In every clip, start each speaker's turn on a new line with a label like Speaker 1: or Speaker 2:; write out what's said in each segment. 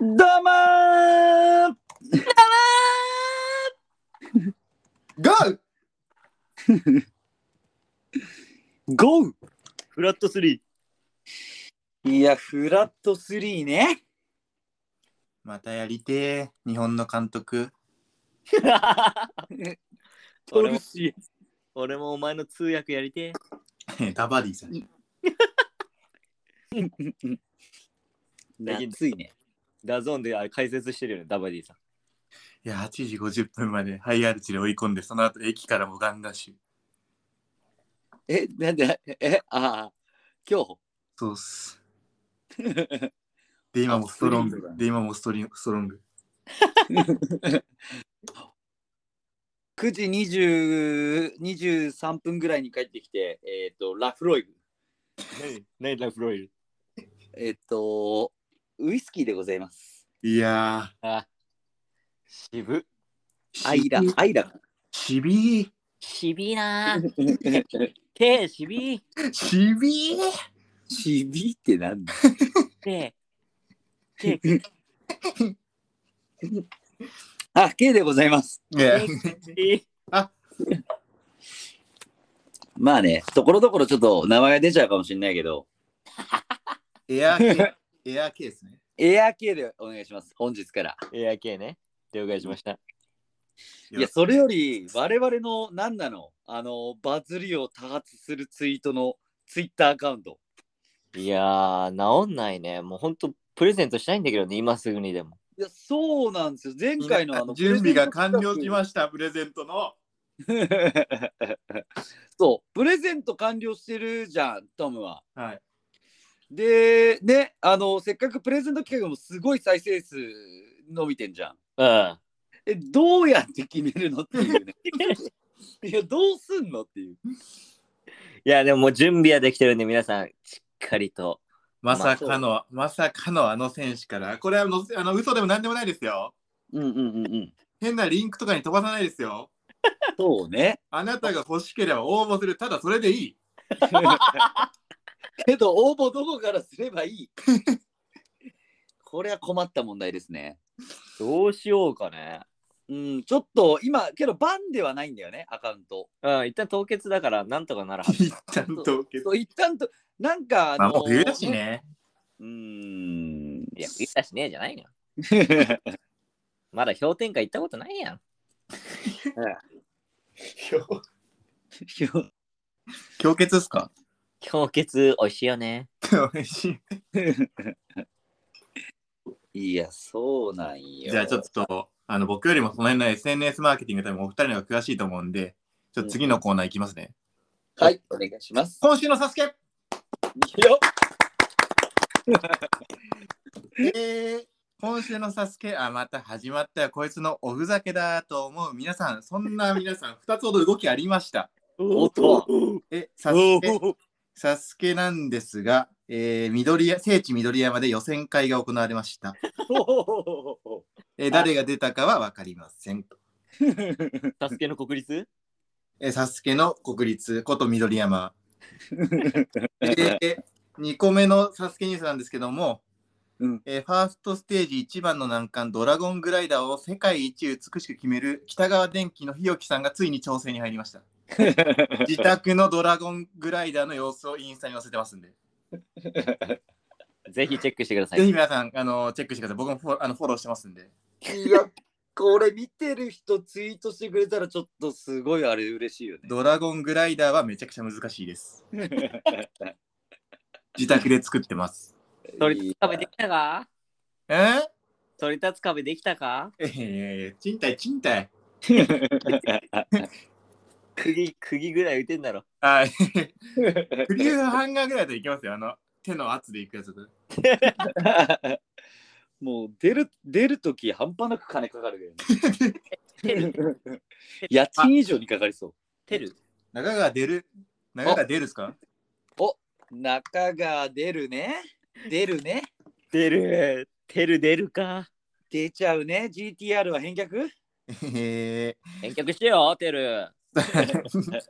Speaker 1: どうもー
Speaker 2: ゴー
Speaker 1: !GO!
Speaker 2: フラット3。
Speaker 1: いや、フラット3ね。
Speaker 2: またやりてー、日本の監督。
Speaker 1: お
Speaker 3: 俺
Speaker 1: る
Speaker 3: も
Speaker 1: し。
Speaker 3: 俺もお前の通訳やりてえ。
Speaker 2: ダバディさん。
Speaker 1: 夏いね。
Speaker 3: ダゾーンであれ解説してるよね、ダバディさん。
Speaker 2: いや、8時50分までハイアルチで追い込んで、その後駅からもガンダッシュ。
Speaker 1: え、なんで、え、ああ、今日
Speaker 2: そうっす。で、今もストロング。で、今もストリンストロング。
Speaker 1: 9時20 23分ぐらいに帰ってきて、えっ、と、ラフロイグ。
Speaker 3: 何ラフロイル
Speaker 1: えっ、と、ウイスキーでございます。
Speaker 2: いや
Speaker 3: あ渋。
Speaker 2: ー、
Speaker 1: アイラ、アイラか。
Speaker 2: しびー。
Speaker 3: しびな ー。てえ、しびー。
Speaker 2: しびー。
Speaker 1: ちびってなんだ
Speaker 3: てえ。て
Speaker 1: あ、K でございます。
Speaker 2: いや、
Speaker 3: え。
Speaker 1: まあね、ところどころちょっと名前が出ちゃうかもしれないけど、
Speaker 2: エアー系、エアー系ですね。
Speaker 1: エアー K でお願いします、本日から。
Speaker 3: エア系ね。了解しました。
Speaker 1: いや、それより、我々の何なのあの、バズりを多発するツイートのツイッターアカウント。
Speaker 3: いやー、治んないね。もうほんとプレゼントしたいんだけどね、今すぐにでも。
Speaker 1: いや、そうなんですよ。前
Speaker 2: 今
Speaker 1: 回のあの、
Speaker 2: 準備が完了しました、プレゼントの。
Speaker 1: そう、プレゼント完了してるじゃん、トムは。
Speaker 2: はい。
Speaker 1: で、ね、あの、せっかくプレゼント企画もすごい再生数伸びてんじゃん。
Speaker 3: うん。
Speaker 1: え、どうやって決めるのっていうね。 いや、どうすんのっていう。
Speaker 3: いや、でももう準備はできてるんで、皆さん、しっかりと。
Speaker 2: まさかの、まさかのあの選手から。これはのあの嘘でも何でもないですよ。
Speaker 1: うんうんうんうん。
Speaker 2: 変なリンクとかに飛ばさないですよ。
Speaker 1: そうね。
Speaker 2: あなたが欲しければ応募する。ただそれでいい。
Speaker 1: けど応募どこからすればいいこれは困った問題ですね。
Speaker 3: どうしようかね。
Speaker 1: うん、ちょっと今、けどバンではないんだよね、アカウント。
Speaker 3: うん、一旦凍結だから、なんとかならはず。
Speaker 2: 一旦凍結。
Speaker 1: そう一旦と、なんか、
Speaker 2: まあ
Speaker 1: の
Speaker 2: もう冬だし。ね。
Speaker 1: うーん。
Speaker 3: いや、見たしねえじゃないのよ。まだ氷点下行ったことないやん。
Speaker 2: 氷結っすか
Speaker 3: 氷結美味しいよね。
Speaker 2: 美味しい。
Speaker 1: いや、そうなんよ。
Speaker 2: じゃあちょっと、あの僕よりもその辺の SNS マーケティング多分お二人の方が詳しいと思うんで、ちょっと次のコーナーいきますね。
Speaker 1: はい、お願いします。
Speaker 2: 今週のサスケ
Speaker 1: よ
Speaker 2: えー今週のサスケ、あ、また始まったよ。こいつのおふざけだと思う皆さん、そんな皆さん、2つほど動きありました。
Speaker 1: おっと
Speaker 2: え、サスケ、サスケなんですが、えー緑や聖地緑山で予選会が行われました。えー誰が出たかは分かりません。
Speaker 3: サスケの国立
Speaker 2: えーサスケの国立こと緑山。で、2個目のサスケニュースなんですけども、
Speaker 1: うん
Speaker 2: えーファーストステージ1番の難関、ドラゴングライダーを世界一美しく決める北川電機の日置さんがついに調整に入りました。自宅のドラゴングライダーの様子をインスタに載せてますんで、
Speaker 3: ぜひチェックしてくださ
Speaker 2: ぜひ
Speaker 3: い。
Speaker 2: 皆さん、あのチェックしてください。僕もフォローあのフォローしてますんで。
Speaker 1: いや、これ見てる人ツイートしてくれたらちょっとすごいあれ嬉しいよね。
Speaker 2: ドラゴングライダーはめちゃくちゃ難しい です。自宅で作ってます。
Speaker 3: 鳥立つ壁できたか
Speaker 2: えー、
Speaker 3: 鳥立つ壁できたか
Speaker 2: えー、賃貸賃貸。
Speaker 3: 釘、釘ぐらい打てんだろ。
Speaker 2: はい。クリアハンガーぐらいでいきますよ。あの手の圧でいくやつ。
Speaker 1: もう出る出るとき半端なく金かかるけ どね。家賃以上にかかりそ
Speaker 3: テル
Speaker 2: 中が出る。中が出るっすか
Speaker 1: う。中が出るね。出るね。
Speaker 3: 出る。テル出るか。
Speaker 1: 出ちゃうね。GTR は返却
Speaker 2: え
Speaker 3: 返却してよ、テル。
Speaker 2: ー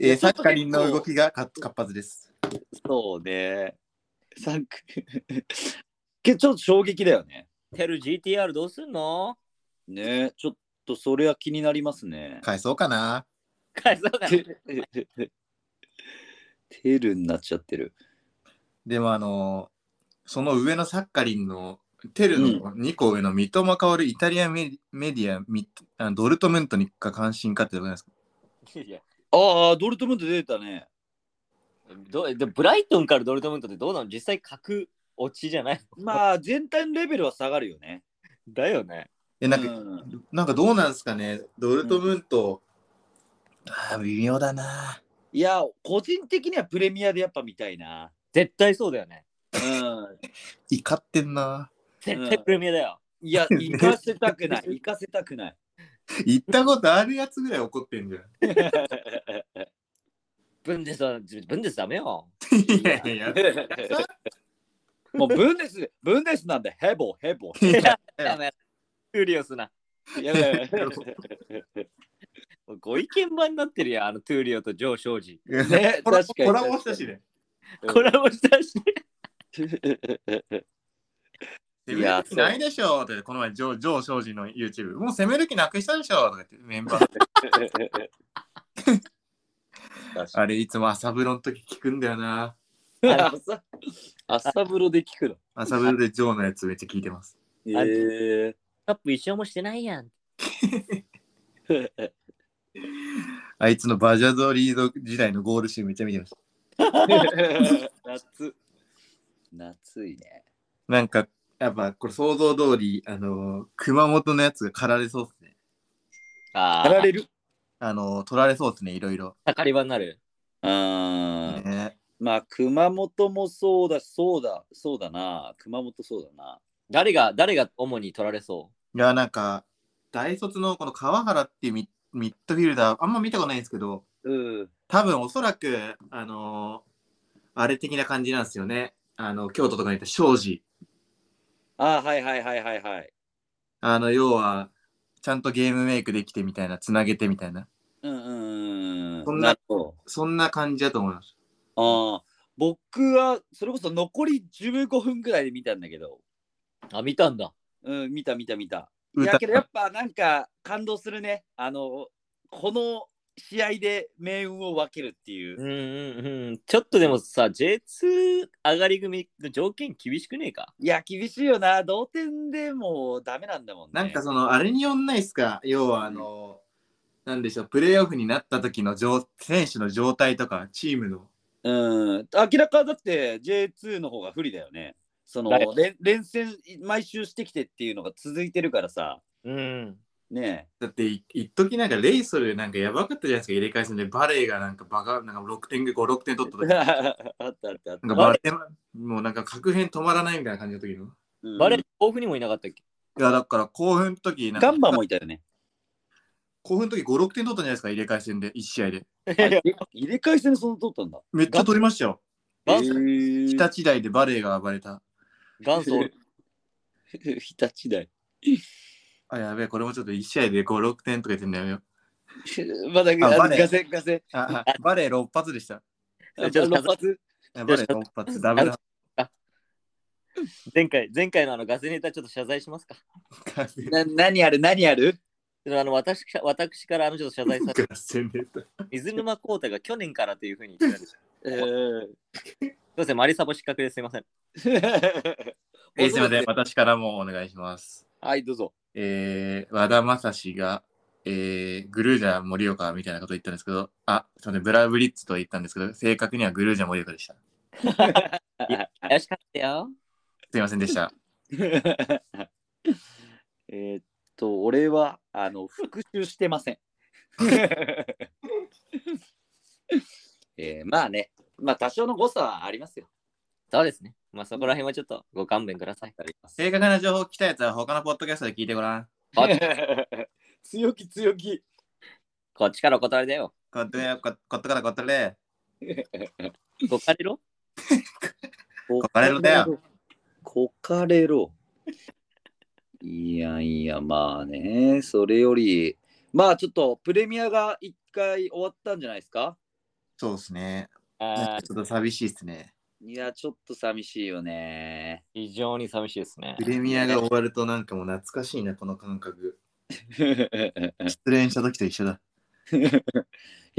Speaker 2: えー、サッカリンの動きが活活発です。
Speaker 1: そうね。サンク。 けちょっと衝撃だよね。
Speaker 3: テル GTR どうすんの
Speaker 1: ねちょっとそれは気になりますね。
Speaker 2: 返そうかな。
Speaker 3: 返そうかな。
Speaker 1: てテルになっちゃってる。
Speaker 2: でもあのーその上のサッカリンのテルの2個上の三笘薫イタリアメディメディアミあドルトムントにか関心かってことですか
Speaker 3: いや
Speaker 1: ああ、ドルトムント出てたね。
Speaker 3: どでブライトンからドルトムントってどうなの実際格落ちじゃない
Speaker 1: まあ、全体のレベルは下がるよね。
Speaker 3: だよね。
Speaker 2: えなんか、
Speaker 1: うん
Speaker 2: なんかどうなんですかねドルトムント、ああ微妙だない
Speaker 1: や、個人的にはプレミアでやっぱ見たいな。
Speaker 3: 絶対そうだよね。
Speaker 1: うん。
Speaker 2: 怒ってんな
Speaker 3: 絶対プレミアだよ。
Speaker 1: い や、行かせたくない。行かせたく ない。
Speaker 2: 行ったことあるやつぐらい怒ってんじゃん
Speaker 3: ブンデスはブンデスダメよ。
Speaker 2: いやいやい
Speaker 1: もうブンデス、ブンデスなんでヘボヘボ。
Speaker 2: やいや
Speaker 3: ダメ。フリオスな。
Speaker 1: いやいやいや
Speaker 3: ご意見番になってるやん、あのトゥーリオとジョー・ショージ。
Speaker 1: ね
Speaker 2: コラ
Speaker 1: 確かに
Speaker 2: コラボしたしね
Speaker 3: コラボしたし。
Speaker 2: 攻める気ないでしょってこの前ジョージョー・ショージの YouTube もう攻める気なくしたでしょとか言ってメンバー あれいつも朝風呂の時聞くんだよな。
Speaker 1: 朝朝風呂で聞くの。
Speaker 2: 朝風呂でジョーのやつめっちゃ聞いてます。
Speaker 1: え
Speaker 3: カップ一生もしてないやん。
Speaker 1: え
Speaker 2: あいつのバジャドリード時代のゴールシーンめっちゃ見てました。
Speaker 1: 夏。夏いね。
Speaker 2: なんか、やっぱこれ想像通り、あのー熊本のやつが駆られそうですね。
Speaker 3: あ
Speaker 1: やられ
Speaker 3: る。
Speaker 1: る
Speaker 2: あのー取られそうですね、いろいろ。
Speaker 3: 盛り場になる。
Speaker 1: あー
Speaker 2: ね
Speaker 1: まあ、熊本もそうだし、そうだ、そうだな。熊本そうだな。
Speaker 3: 誰が、誰が主に取られそ
Speaker 2: いや、なんか、大卒のこの川原っていうミミッドフィルダー、あんま見たことないんですけど、
Speaker 1: うん。
Speaker 2: 多分おそらく、あのーあれ的な感じなんですよね。あの、京都とかにいた庄司。
Speaker 1: あーはいはいはいはいはい。
Speaker 2: あの、要は、ちゃんとゲームメイクできてみたいな、つなげてみたいな。
Speaker 1: うんうんうん。
Speaker 2: そんな
Speaker 1: るほど
Speaker 2: そんな感じだと思います。
Speaker 1: ああ、僕はそれこそ残り15分ぐらいで見たんだけど、
Speaker 3: うあ、見たんだ。
Speaker 1: うん、見た見た見た。い
Speaker 2: 歌
Speaker 1: やけどやっぱなんか感動するね。あの、この試合で命運を分けるっていうう。
Speaker 3: んうんうん。ちょっとでもさ、J2 上がり組の条件厳しくねえか
Speaker 1: いや、厳しいよな。同点でもうダメなんだもんね。
Speaker 2: なんかその、あれによんないっすか要はあの、なんでしょう、プレーオフになった時の状選手の状態とか、チームの。
Speaker 1: うん、明らかだって J2 の方が不利だよね。その
Speaker 3: だい
Speaker 1: 連連戦毎週してきてっていうのが続いてるからさ。
Speaker 3: うん。
Speaker 1: ねえ。
Speaker 2: だって、い一時なんかレイソルなんかやばかったじゃないですか、入れ替え戦で、バレーがなんかバカ、なんか6点、5、6点取った時。な
Speaker 1: あ ったあったあっ
Speaker 2: んか
Speaker 1: た。
Speaker 2: バレー、もうなんか確変止まらないみたいな感じの時の。
Speaker 1: うん
Speaker 3: バレー、甲府にもいなかったっけ
Speaker 2: いや、だから興奮の時なんか、
Speaker 1: ガンバもいたよ ね。
Speaker 2: 興奮の時5、6点取ったじゃないですか、入れ替え戦で、1試合で。
Speaker 1: え入れ替え戦でその取ったんだ。
Speaker 2: めっちゃ取りましたよ。
Speaker 3: 元
Speaker 1: へ
Speaker 3: 祖
Speaker 1: ー
Speaker 2: 日立大でバレーが暴れた。
Speaker 3: 元祖。
Speaker 1: 日立大。
Speaker 2: あ、やべえ、これもちょっと1試合で5、6点とか言ってんだよ。
Speaker 1: まだ
Speaker 2: あバレー
Speaker 1: ガセガセ。
Speaker 2: あ、あバレー6発でした。
Speaker 1: あ
Speaker 3: ちょっと
Speaker 1: 六発
Speaker 2: えバレー6発、ダブルハ
Speaker 3: 前回、前回のあのガセネタちょっと謝罪しますか。
Speaker 2: ッカー
Speaker 1: な何ある何ある
Speaker 3: でもあの私か私からあのちょっと謝罪 させて、
Speaker 2: 合戦で。
Speaker 3: 水沼孝太が去年からというふうに言ってたんです。す
Speaker 1: えー
Speaker 3: いません、マリサボ失格です。すいません。
Speaker 2: えーすいません、私からもお願いします。
Speaker 1: はい、どうぞ。
Speaker 2: えー、和田正史が、えー、グルージャー盛岡みたいなこと言ったんですけど、あ、すいません、ブラブリッツと言ったんですけど、正確にはグルージャー盛岡でした。
Speaker 3: 怪しかったよ。
Speaker 2: すいませんで した。
Speaker 1: えーっと、俺はあの復習してませ ん。えーまあね、まあ多少の誤差はありますよ。
Speaker 3: そうですね。まあそこら辺はちょっとご勘弁くださ い。
Speaker 2: 正確な情報来たやつは他のポッドキャストで聞いてごらん。
Speaker 1: 強気強気。
Speaker 3: こっちからお断りだよ。
Speaker 2: こっとや、ここっとからこっとれ。
Speaker 3: ごかれろ。
Speaker 1: コ
Speaker 2: カレロだよ。
Speaker 1: コカレロ。いやいや、まあね、それより、まあちょっとプレミアが1回終わったんじゃないですか
Speaker 2: そうですね。い
Speaker 3: あ
Speaker 2: やちょっと寂しいですね。
Speaker 1: いや、ちょっと寂しいよ ね。
Speaker 3: ー非常に寂しいですね
Speaker 2: プ。レミアが終わるとなんかもう懐かしいな、この感覚。 失恋した時と一緒だ。
Speaker 1: い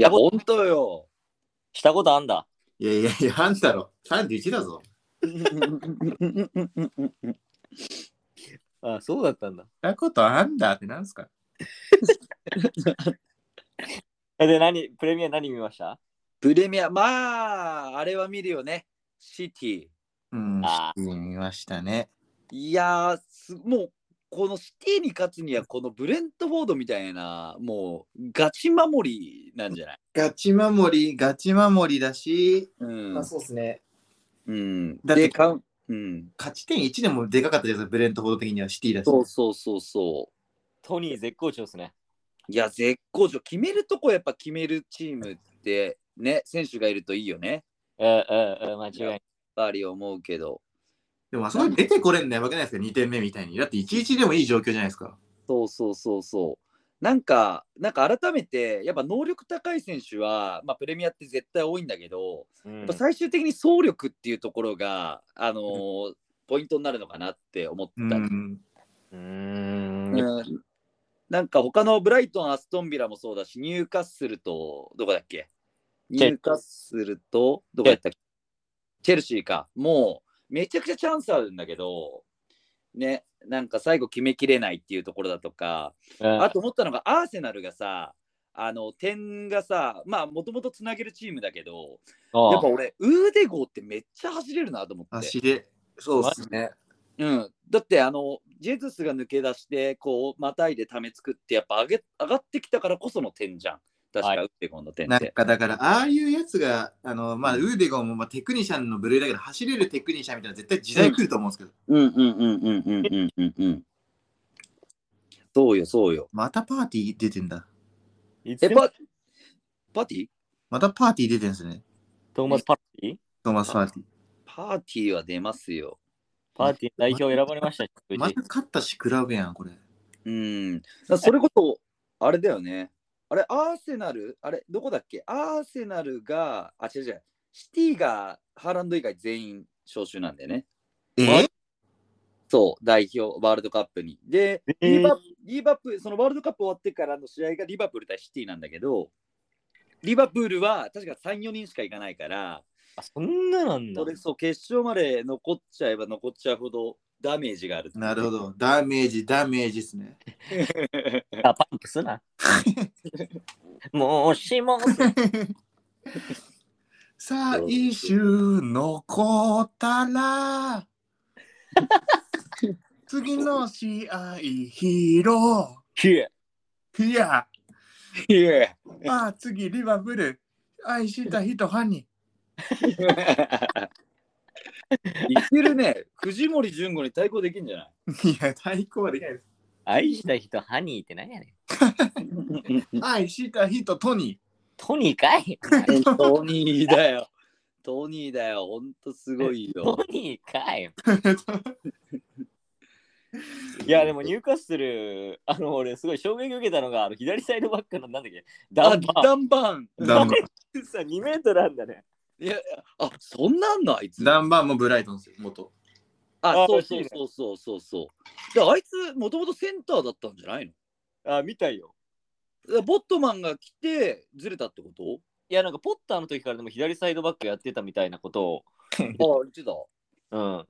Speaker 1: や、本当よ。
Speaker 3: したことあんだ。
Speaker 2: いやいやいや、なんだろ。31だぞ。
Speaker 3: あそうだったんだ。
Speaker 2: したことあんだってなんすか
Speaker 3: えで、何、プレミア何見ました
Speaker 1: プレミア、まあ、あれは見るよね。シティ。
Speaker 2: うん、
Speaker 3: あ
Speaker 2: 見ましたね。
Speaker 1: いやーすもうこのシティに勝つにはこのブレントフォードみたいなもうガチ守りなんじゃない、
Speaker 2: ガチ守り、ガチ守りだし、
Speaker 1: うん
Speaker 2: そうですね。
Speaker 1: うん、
Speaker 2: だって
Speaker 1: でかん、うん、
Speaker 2: 勝ち点1でもでかかったですよ、ブレントフォード的にはシティだし。
Speaker 1: そうそうそうそ
Speaker 3: トニー絶好調ですね。
Speaker 1: ういや絶好調決めるとこやっぱ決めるチームってね選手がいるといいよね
Speaker 3: えええ間違いない。
Speaker 1: やっぱり思うけど
Speaker 2: でもあそこに出てこれんのやばくないですか、2点目みたいに。だって1-1でもいい状況じゃないですか。
Speaker 1: そうそうそうそうなんかなんか改めてやっぱ能力高い選手は、まあ、プレミアって絶対多いんだけど、
Speaker 3: うん
Speaker 1: やっぱ最終的に総力っていうところが、あのーポイントになるのかなって思った、
Speaker 2: うん。
Speaker 3: うーん
Speaker 1: うんなんか他のブライトン、アストンビラもそうだし、ニューカッスルと、どこだっけニ
Speaker 3: チェ
Speaker 1: ューカッスルと、どこだったっけチェルシーか。もう、めちゃくちゃチャンスあるんだけど、ね、なんか最後決めきれないっていうところだとか、
Speaker 3: うん
Speaker 1: あと思ったのが、アーセナルがさ、あの点がさ、まあ、もともとつなげるチームだけど、やっぱ俺、ウーデ号ってめっちゃ走れるなと思って。
Speaker 2: 足で。そうですね。
Speaker 1: うん、だってあのジェズスが抜け出してこうまたいでため作ってやっぱ上げ上がってきたからこその点じゃん確
Speaker 3: はい
Speaker 1: か打ってこの点
Speaker 2: な
Speaker 1: っ
Speaker 2: ん
Speaker 1: て、
Speaker 2: かだから、ああいうやつが、あの、まあ、ウーデゴンも、まあ、テクニシャンの部類だけど、走れるテクニシャンみたいな絶対時代来ると思うんですけど、
Speaker 1: うんうんうんうんうんうんうんうんそうよそうよ
Speaker 2: またパーティー出てんだ。
Speaker 3: いつ
Speaker 1: え
Speaker 3: でも
Speaker 1: パパティ
Speaker 2: またパーティー出てんですね。
Speaker 3: トーマス・パーティー
Speaker 2: トーマス・パーティ
Speaker 1: パーティーは出ますよ
Speaker 3: パーティー代表選ばれましたし、
Speaker 2: ー。また勝ったし、クラブやん、これ。
Speaker 1: うんだからそれこそあれだよねあれアーセナルあれどこだっけアーセナルがあ違う違うシティがハーランド以外全員招集なんだよね
Speaker 2: え
Speaker 1: そう、代表、ワールドカップに。で、
Speaker 3: えー
Speaker 1: リバリバプール、そのワールドカップ終わってからの試合がリバプール対シティなんだけど、リバプールは確か3、4人しか行かないから、
Speaker 3: あそんななんだ
Speaker 1: そ。れそう決勝まで残っちゃえば残っちゃうほどダメージがある。
Speaker 2: なるほど。ダメージ、ダメージですね。
Speaker 3: あ、パンプすな。もしもし。
Speaker 2: 最終残ったら次の試合ヒーローいや
Speaker 1: いえ
Speaker 2: ああ次リバプール愛した人ハニ
Speaker 1: いけるね、藤森純吾に対抗できんじゃない
Speaker 2: ーいや対抗はできないです
Speaker 3: 愛した人、ハニーって何やねん。
Speaker 2: 愛した人トニ
Speaker 3: トニーかい
Speaker 1: トニーだよ。トニーだよ、ほんとすごいよ
Speaker 3: ト。ニーかい
Speaker 2: ー
Speaker 3: いや、でもニューカッスル、あの、俺、すごい衝撃受けたのが、あの左サイドバックの、なんだっけ、ダ
Speaker 1: あ
Speaker 3: ンバー
Speaker 1: ダンバン
Speaker 2: ダンバ
Speaker 3: ン。さ、2メートルあんだね。
Speaker 1: いや、あそんなんのあいつ。
Speaker 2: ダンバーもブライトンですよ元
Speaker 1: あ、
Speaker 3: あ
Speaker 1: そう
Speaker 3: らしい
Speaker 1: そうそ
Speaker 3: ね
Speaker 1: うそうそうそう。で、あいつ、もともとセンターだったんじゃないの
Speaker 3: あ、見たいよ。
Speaker 1: だからボットマンが来て、ずれたってこ
Speaker 3: いや、なんか、ポッターの時からでも左サイドバックやってたみたいなこと
Speaker 1: とあ、言ってた。
Speaker 3: を、うん。
Speaker 1: あ、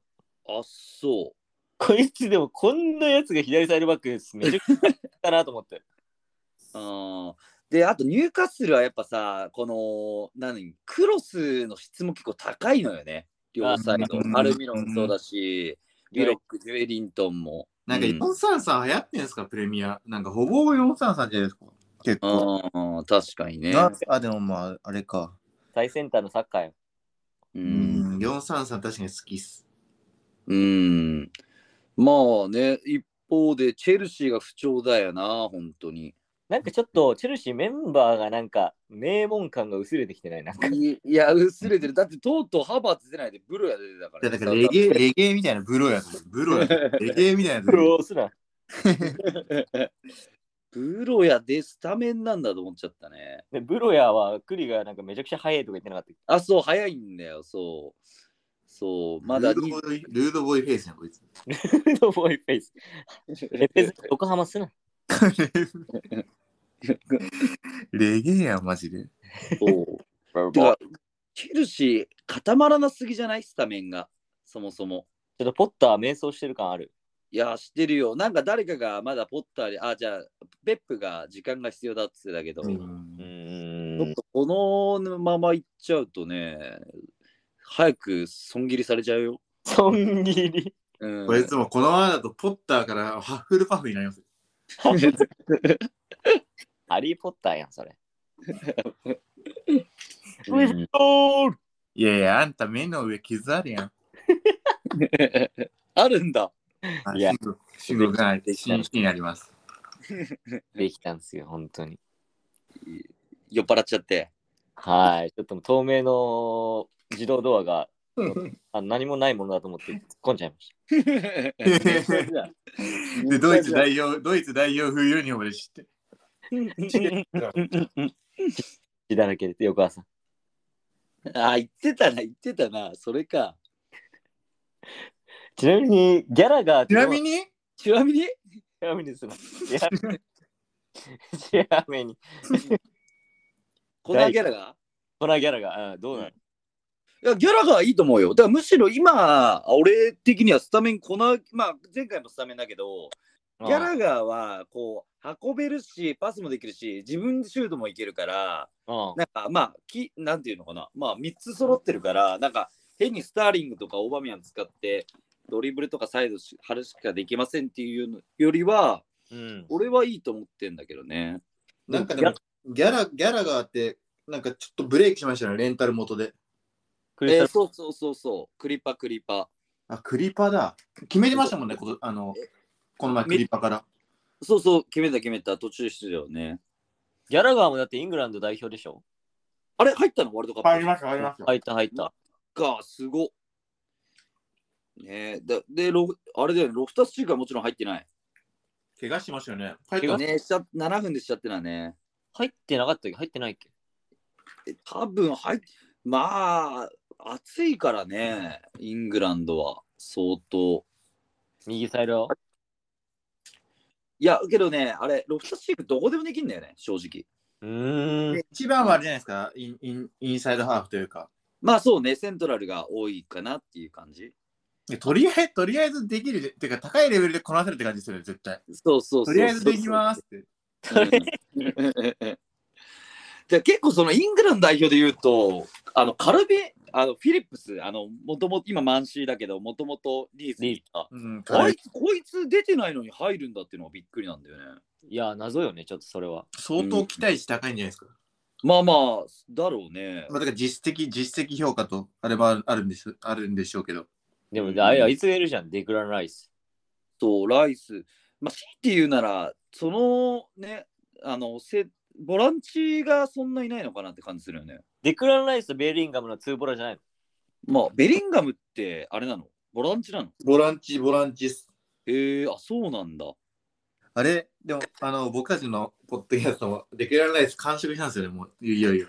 Speaker 1: そ
Speaker 3: こいつでもこんなやつが左サイドバックです。めちゃくちゃだなと思って。
Speaker 1: う。あーで、あと、入荷するはやっぱさ、この、何、クロスの質も結構高いのよね。両サイド
Speaker 2: あう。ん
Speaker 1: アルミロンそうだし、ビロック、ジュエリントンも。
Speaker 2: なんか
Speaker 1: う
Speaker 2: 433流行ってんですかプレミアなんかほぼ433じゃないですか結構
Speaker 1: あー確かにね。
Speaker 2: なあでもまああれか
Speaker 3: 最先端のサッカーよ。
Speaker 1: う。
Speaker 2: うんん433確かに好きっす
Speaker 1: うん。まあね、一方で、チェルシーが不調だよな、本当に。
Speaker 3: なんかちょっとチェルシーメンバーがなんか名門感が薄れてきてないなんか。
Speaker 1: いいや、薄れてる。だって、とうとうハーバーツ出ないで、ブロヤ出てたか
Speaker 2: い
Speaker 1: らね、
Speaker 2: や だからレゲエ、レゲエみたいなブロやと思う。ブロやと思う。レゲエみたいなやつ。
Speaker 3: すな。
Speaker 1: ブロヤでスタメンなんだと思っちゃったね。
Speaker 3: で、ブロヤはクリがなんかめちゃくちゃ速いとか言ってなかったっけ
Speaker 1: あ、そう、早いんだよ、そう。そう、まだ
Speaker 2: ルードボーイルードボーイフェイスじゃん、こ いつ。
Speaker 3: フェボーイフェイス。レペゼン横浜すな。
Speaker 2: レゲエやん、マジで。
Speaker 1: そう。てかチェルシー、固まらなすぎじゃないスタメンが、そもそも。
Speaker 3: ちょっとポッター迷走してる感あ る。
Speaker 1: いや、知ってるよ。なんか誰かがまだポッターで、あ、じゃあ、ペップが時間が必要だって言ってたけど、
Speaker 2: う
Speaker 1: ち
Speaker 3: うんー
Speaker 1: ょっ
Speaker 3: ん。
Speaker 1: とこのまま行っちゃうとね、早く損切りされちゃうよ。
Speaker 3: そんぎり。
Speaker 1: うん、
Speaker 2: こい つもこのままだとポッターからハッフルパフになります。
Speaker 3: ハリー・ポッターやん、そ れ。
Speaker 1: うん
Speaker 2: いやいや、あんた目の上傷あるやん。
Speaker 1: あるんだ。
Speaker 2: あ
Speaker 3: いや
Speaker 2: シンゴシンゴが
Speaker 3: できた
Speaker 2: 新になり ます。
Speaker 3: できたんですよ、本当に。
Speaker 1: 酔っ払っちゃって。
Speaker 3: はい。ちょっともう透明の自動ドアがあ何もないものだと思って突っ込んじゃいまし
Speaker 2: で、ドイツ代表、ドイツ代表冬ユニフォームで知って。
Speaker 3: た。血だらけです、横川さん。
Speaker 1: あ、言ってたな、言ってたな。それか。
Speaker 3: ちなみに、ギャラが
Speaker 2: ちなみに、
Speaker 1: ちなみに、
Speaker 3: ちなみにですね。ちなみにちなみに、
Speaker 1: このギャラが
Speaker 3: このギャラが、あどうなの、
Speaker 1: いや、ギャラがいいと思うよ。だからむしろ今、俺的にはスタメン、この、まあ、前回もスタメンだけど、ギャラガーは、こう、運べるし、パスもできるし、自分でシュートもいけるから、
Speaker 3: うん
Speaker 1: なんか、まあ、きなんていうのかな、まあ、3つ揃ってるから、なんか、変にスターリングとかオバミアン使って、ドリブルとかサイドし張るしかできませんっていうのよりは、
Speaker 3: うん。
Speaker 1: 俺はいいと思ってんだけどね。
Speaker 2: なんかでも、ギャラ、ギャラがあって、なんかちょっとブレイクしましたね、レンタル元で。
Speaker 3: クリス
Speaker 1: え
Speaker 3: タ
Speaker 1: ー
Speaker 3: ル、
Speaker 1: そうそうそうそう、クリパクリパ。
Speaker 2: あ、クリパだ。決めてましたもんね、ことあの、この前クリパから。
Speaker 1: そうそう、決めた決めた、途中出場ね。
Speaker 3: ギャラガーもだってイングランド代表でしょ
Speaker 1: あれ、入ったのワールドカップ。
Speaker 2: ました、入りまし
Speaker 3: 入った入った。
Speaker 1: か、すごっ。ねえ、だで、ロフあれだよね、ロフタスチークはもちろん入ってない。
Speaker 2: 怪我しましたよね。帰っ
Speaker 3: 怪
Speaker 2: た
Speaker 3: 我
Speaker 2: ね。
Speaker 1: ねしちゃ7分でしちゃってたね。
Speaker 3: 入ってなかったっけ入ってないっけ
Speaker 1: え多分入っまあ、暑いからね、イングランドは、相当。
Speaker 3: 右サイド。
Speaker 1: いや、けどね、あれ、ロフタスチークどこでもできんだよね、正直。
Speaker 3: うーん。
Speaker 2: 一番はあれじゃないですか、インインインサイドハーフというか。
Speaker 1: まあそうね、セントラルが多いかなっていう感じ。
Speaker 2: でとりあえず、とりあえずできる、てか高いレベルでこなせるって感じするよ、絶対。
Speaker 1: そうそうそう
Speaker 2: とりあえずできますって。
Speaker 1: うんじゃあ結構そのイングランド代表で言うとあのカルビあのフィリップスあのもともと今マンシーだけどもともとリーズにいた
Speaker 2: うん、
Speaker 1: あいつこいつ出てないのに入るんだっていうのがびっくりなんだよね
Speaker 3: いや、謎よね、ちょっとそれは。
Speaker 2: 相当期待値高いんじゃないですか。
Speaker 1: まあまあだろうね
Speaker 2: まあ、だから実績、実績評価とあればあるんです、あるんでしょうけど。
Speaker 3: でも、
Speaker 1: うん
Speaker 3: あれあいつがいるじゃん、デクラン・ライス。
Speaker 1: とライスまあ C っていうならそのねあのせボランチがそんないないのかなって感じするよね
Speaker 3: デクラン・ライスとベリンガムのツーボラじゃないの
Speaker 1: まあベリンガムってあれなのボランチなの
Speaker 2: ボランチ、ボランチっす。
Speaker 1: へえあそうなんだ
Speaker 2: あれでも、あの、僕たちのポッドキャストも、デクランライス完食したんですよね、もう、いよいよ。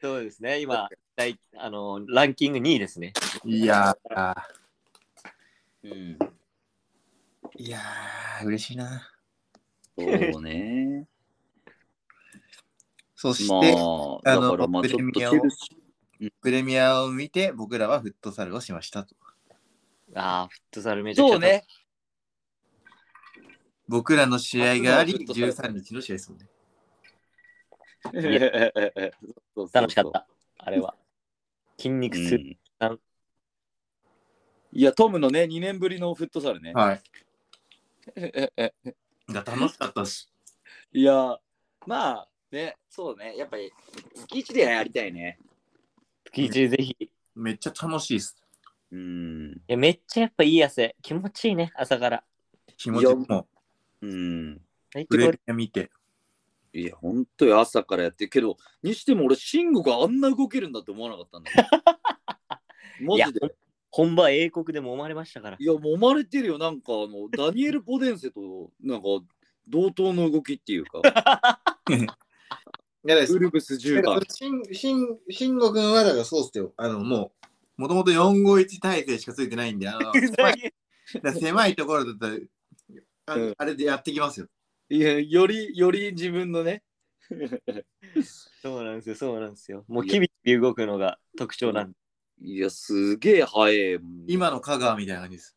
Speaker 3: そうですね、今、第あのランキング2位ですね。
Speaker 2: いやー、
Speaker 1: うん
Speaker 2: いやー、嬉しいな。
Speaker 1: そうね。
Speaker 2: そし
Speaker 1: ま
Speaker 2: て、
Speaker 1: あ、
Speaker 2: あ
Speaker 1: だ
Speaker 2: の
Speaker 1: からまあ
Speaker 2: プ
Speaker 1: ちょ
Speaker 2: レ
Speaker 1: っと
Speaker 2: ミ
Speaker 1: チ
Speaker 2: ア
Speaker 1: ェ
Speaker 2: を
Speaker 1: ルシ
Speaker 2: プレミアを見て、僕らはフットサルをしましたと。
Speaker 3: ああ、フットサルめ
Speaker 1: ー。
Speaker 3: ちゃくちゃ。
Speaker 1: そう。ね。
Speaker 2: 僕らの試合があり、
Speaker 1: フットサル
Speaker 2: 13日の試合ですもんね。
Speaker 3: 楽しかった。あれは。 筋肉
Speaker 1: う
Speaker 3: 痛、
Speaker 1: ん。いや、トムのね、2年ぶりのフットサルね。
Speaker 2: はい。だ楽しかったし。
Speaker 1: いや、まあ、ね、そうね。やっぱり、月1でやりたいね。
Speaker 3: 月一ぜひ。い
Speaker 2: めっちゃ楽しいっす。
Speaker 1: うん。
Speaker 3: や、めっちゃやっぱいい汗。気持ちいいね、朝から。
Speaker 2: 気持ちも、
Speaker 1: うん。
Speaker 3: 最
Speaker 2: プレ
Speaker 3: 高
Speaker 2: ミア見て。
Speaker 1: いや、ほんとよ、朝からやってるけど、 にしても俺、シンゴがあんな動けるんだって思わなかったんだよ。マジで。
Speaker 3: 本場英国でも揉まれましたから。
Speaker 1: いや、揉まれてるよ。なんか、あの、ダニエル・ポデンセと、なんか、同等の動きっていう か、
Speaker 2: いやだから
Speaker 1: ウルブス10番。
Speaker 2: 慎慎吾君はだからそうっすよ。あのもう、もともと451体制しかついてないんで、あの狭いだから狭いところだったらあ
Speaker 1: うん
Speaker 2: あれでやってきますよ。
Speaker 1: いや、より、より自分のね。
Speaker 3: そうなんですよ、そうなんですよ。もうキビキビ動くのが特徴なんで。
Speaker 1: いや、すげえ早い。
Speaker 2: 今の香川みたいな感じです。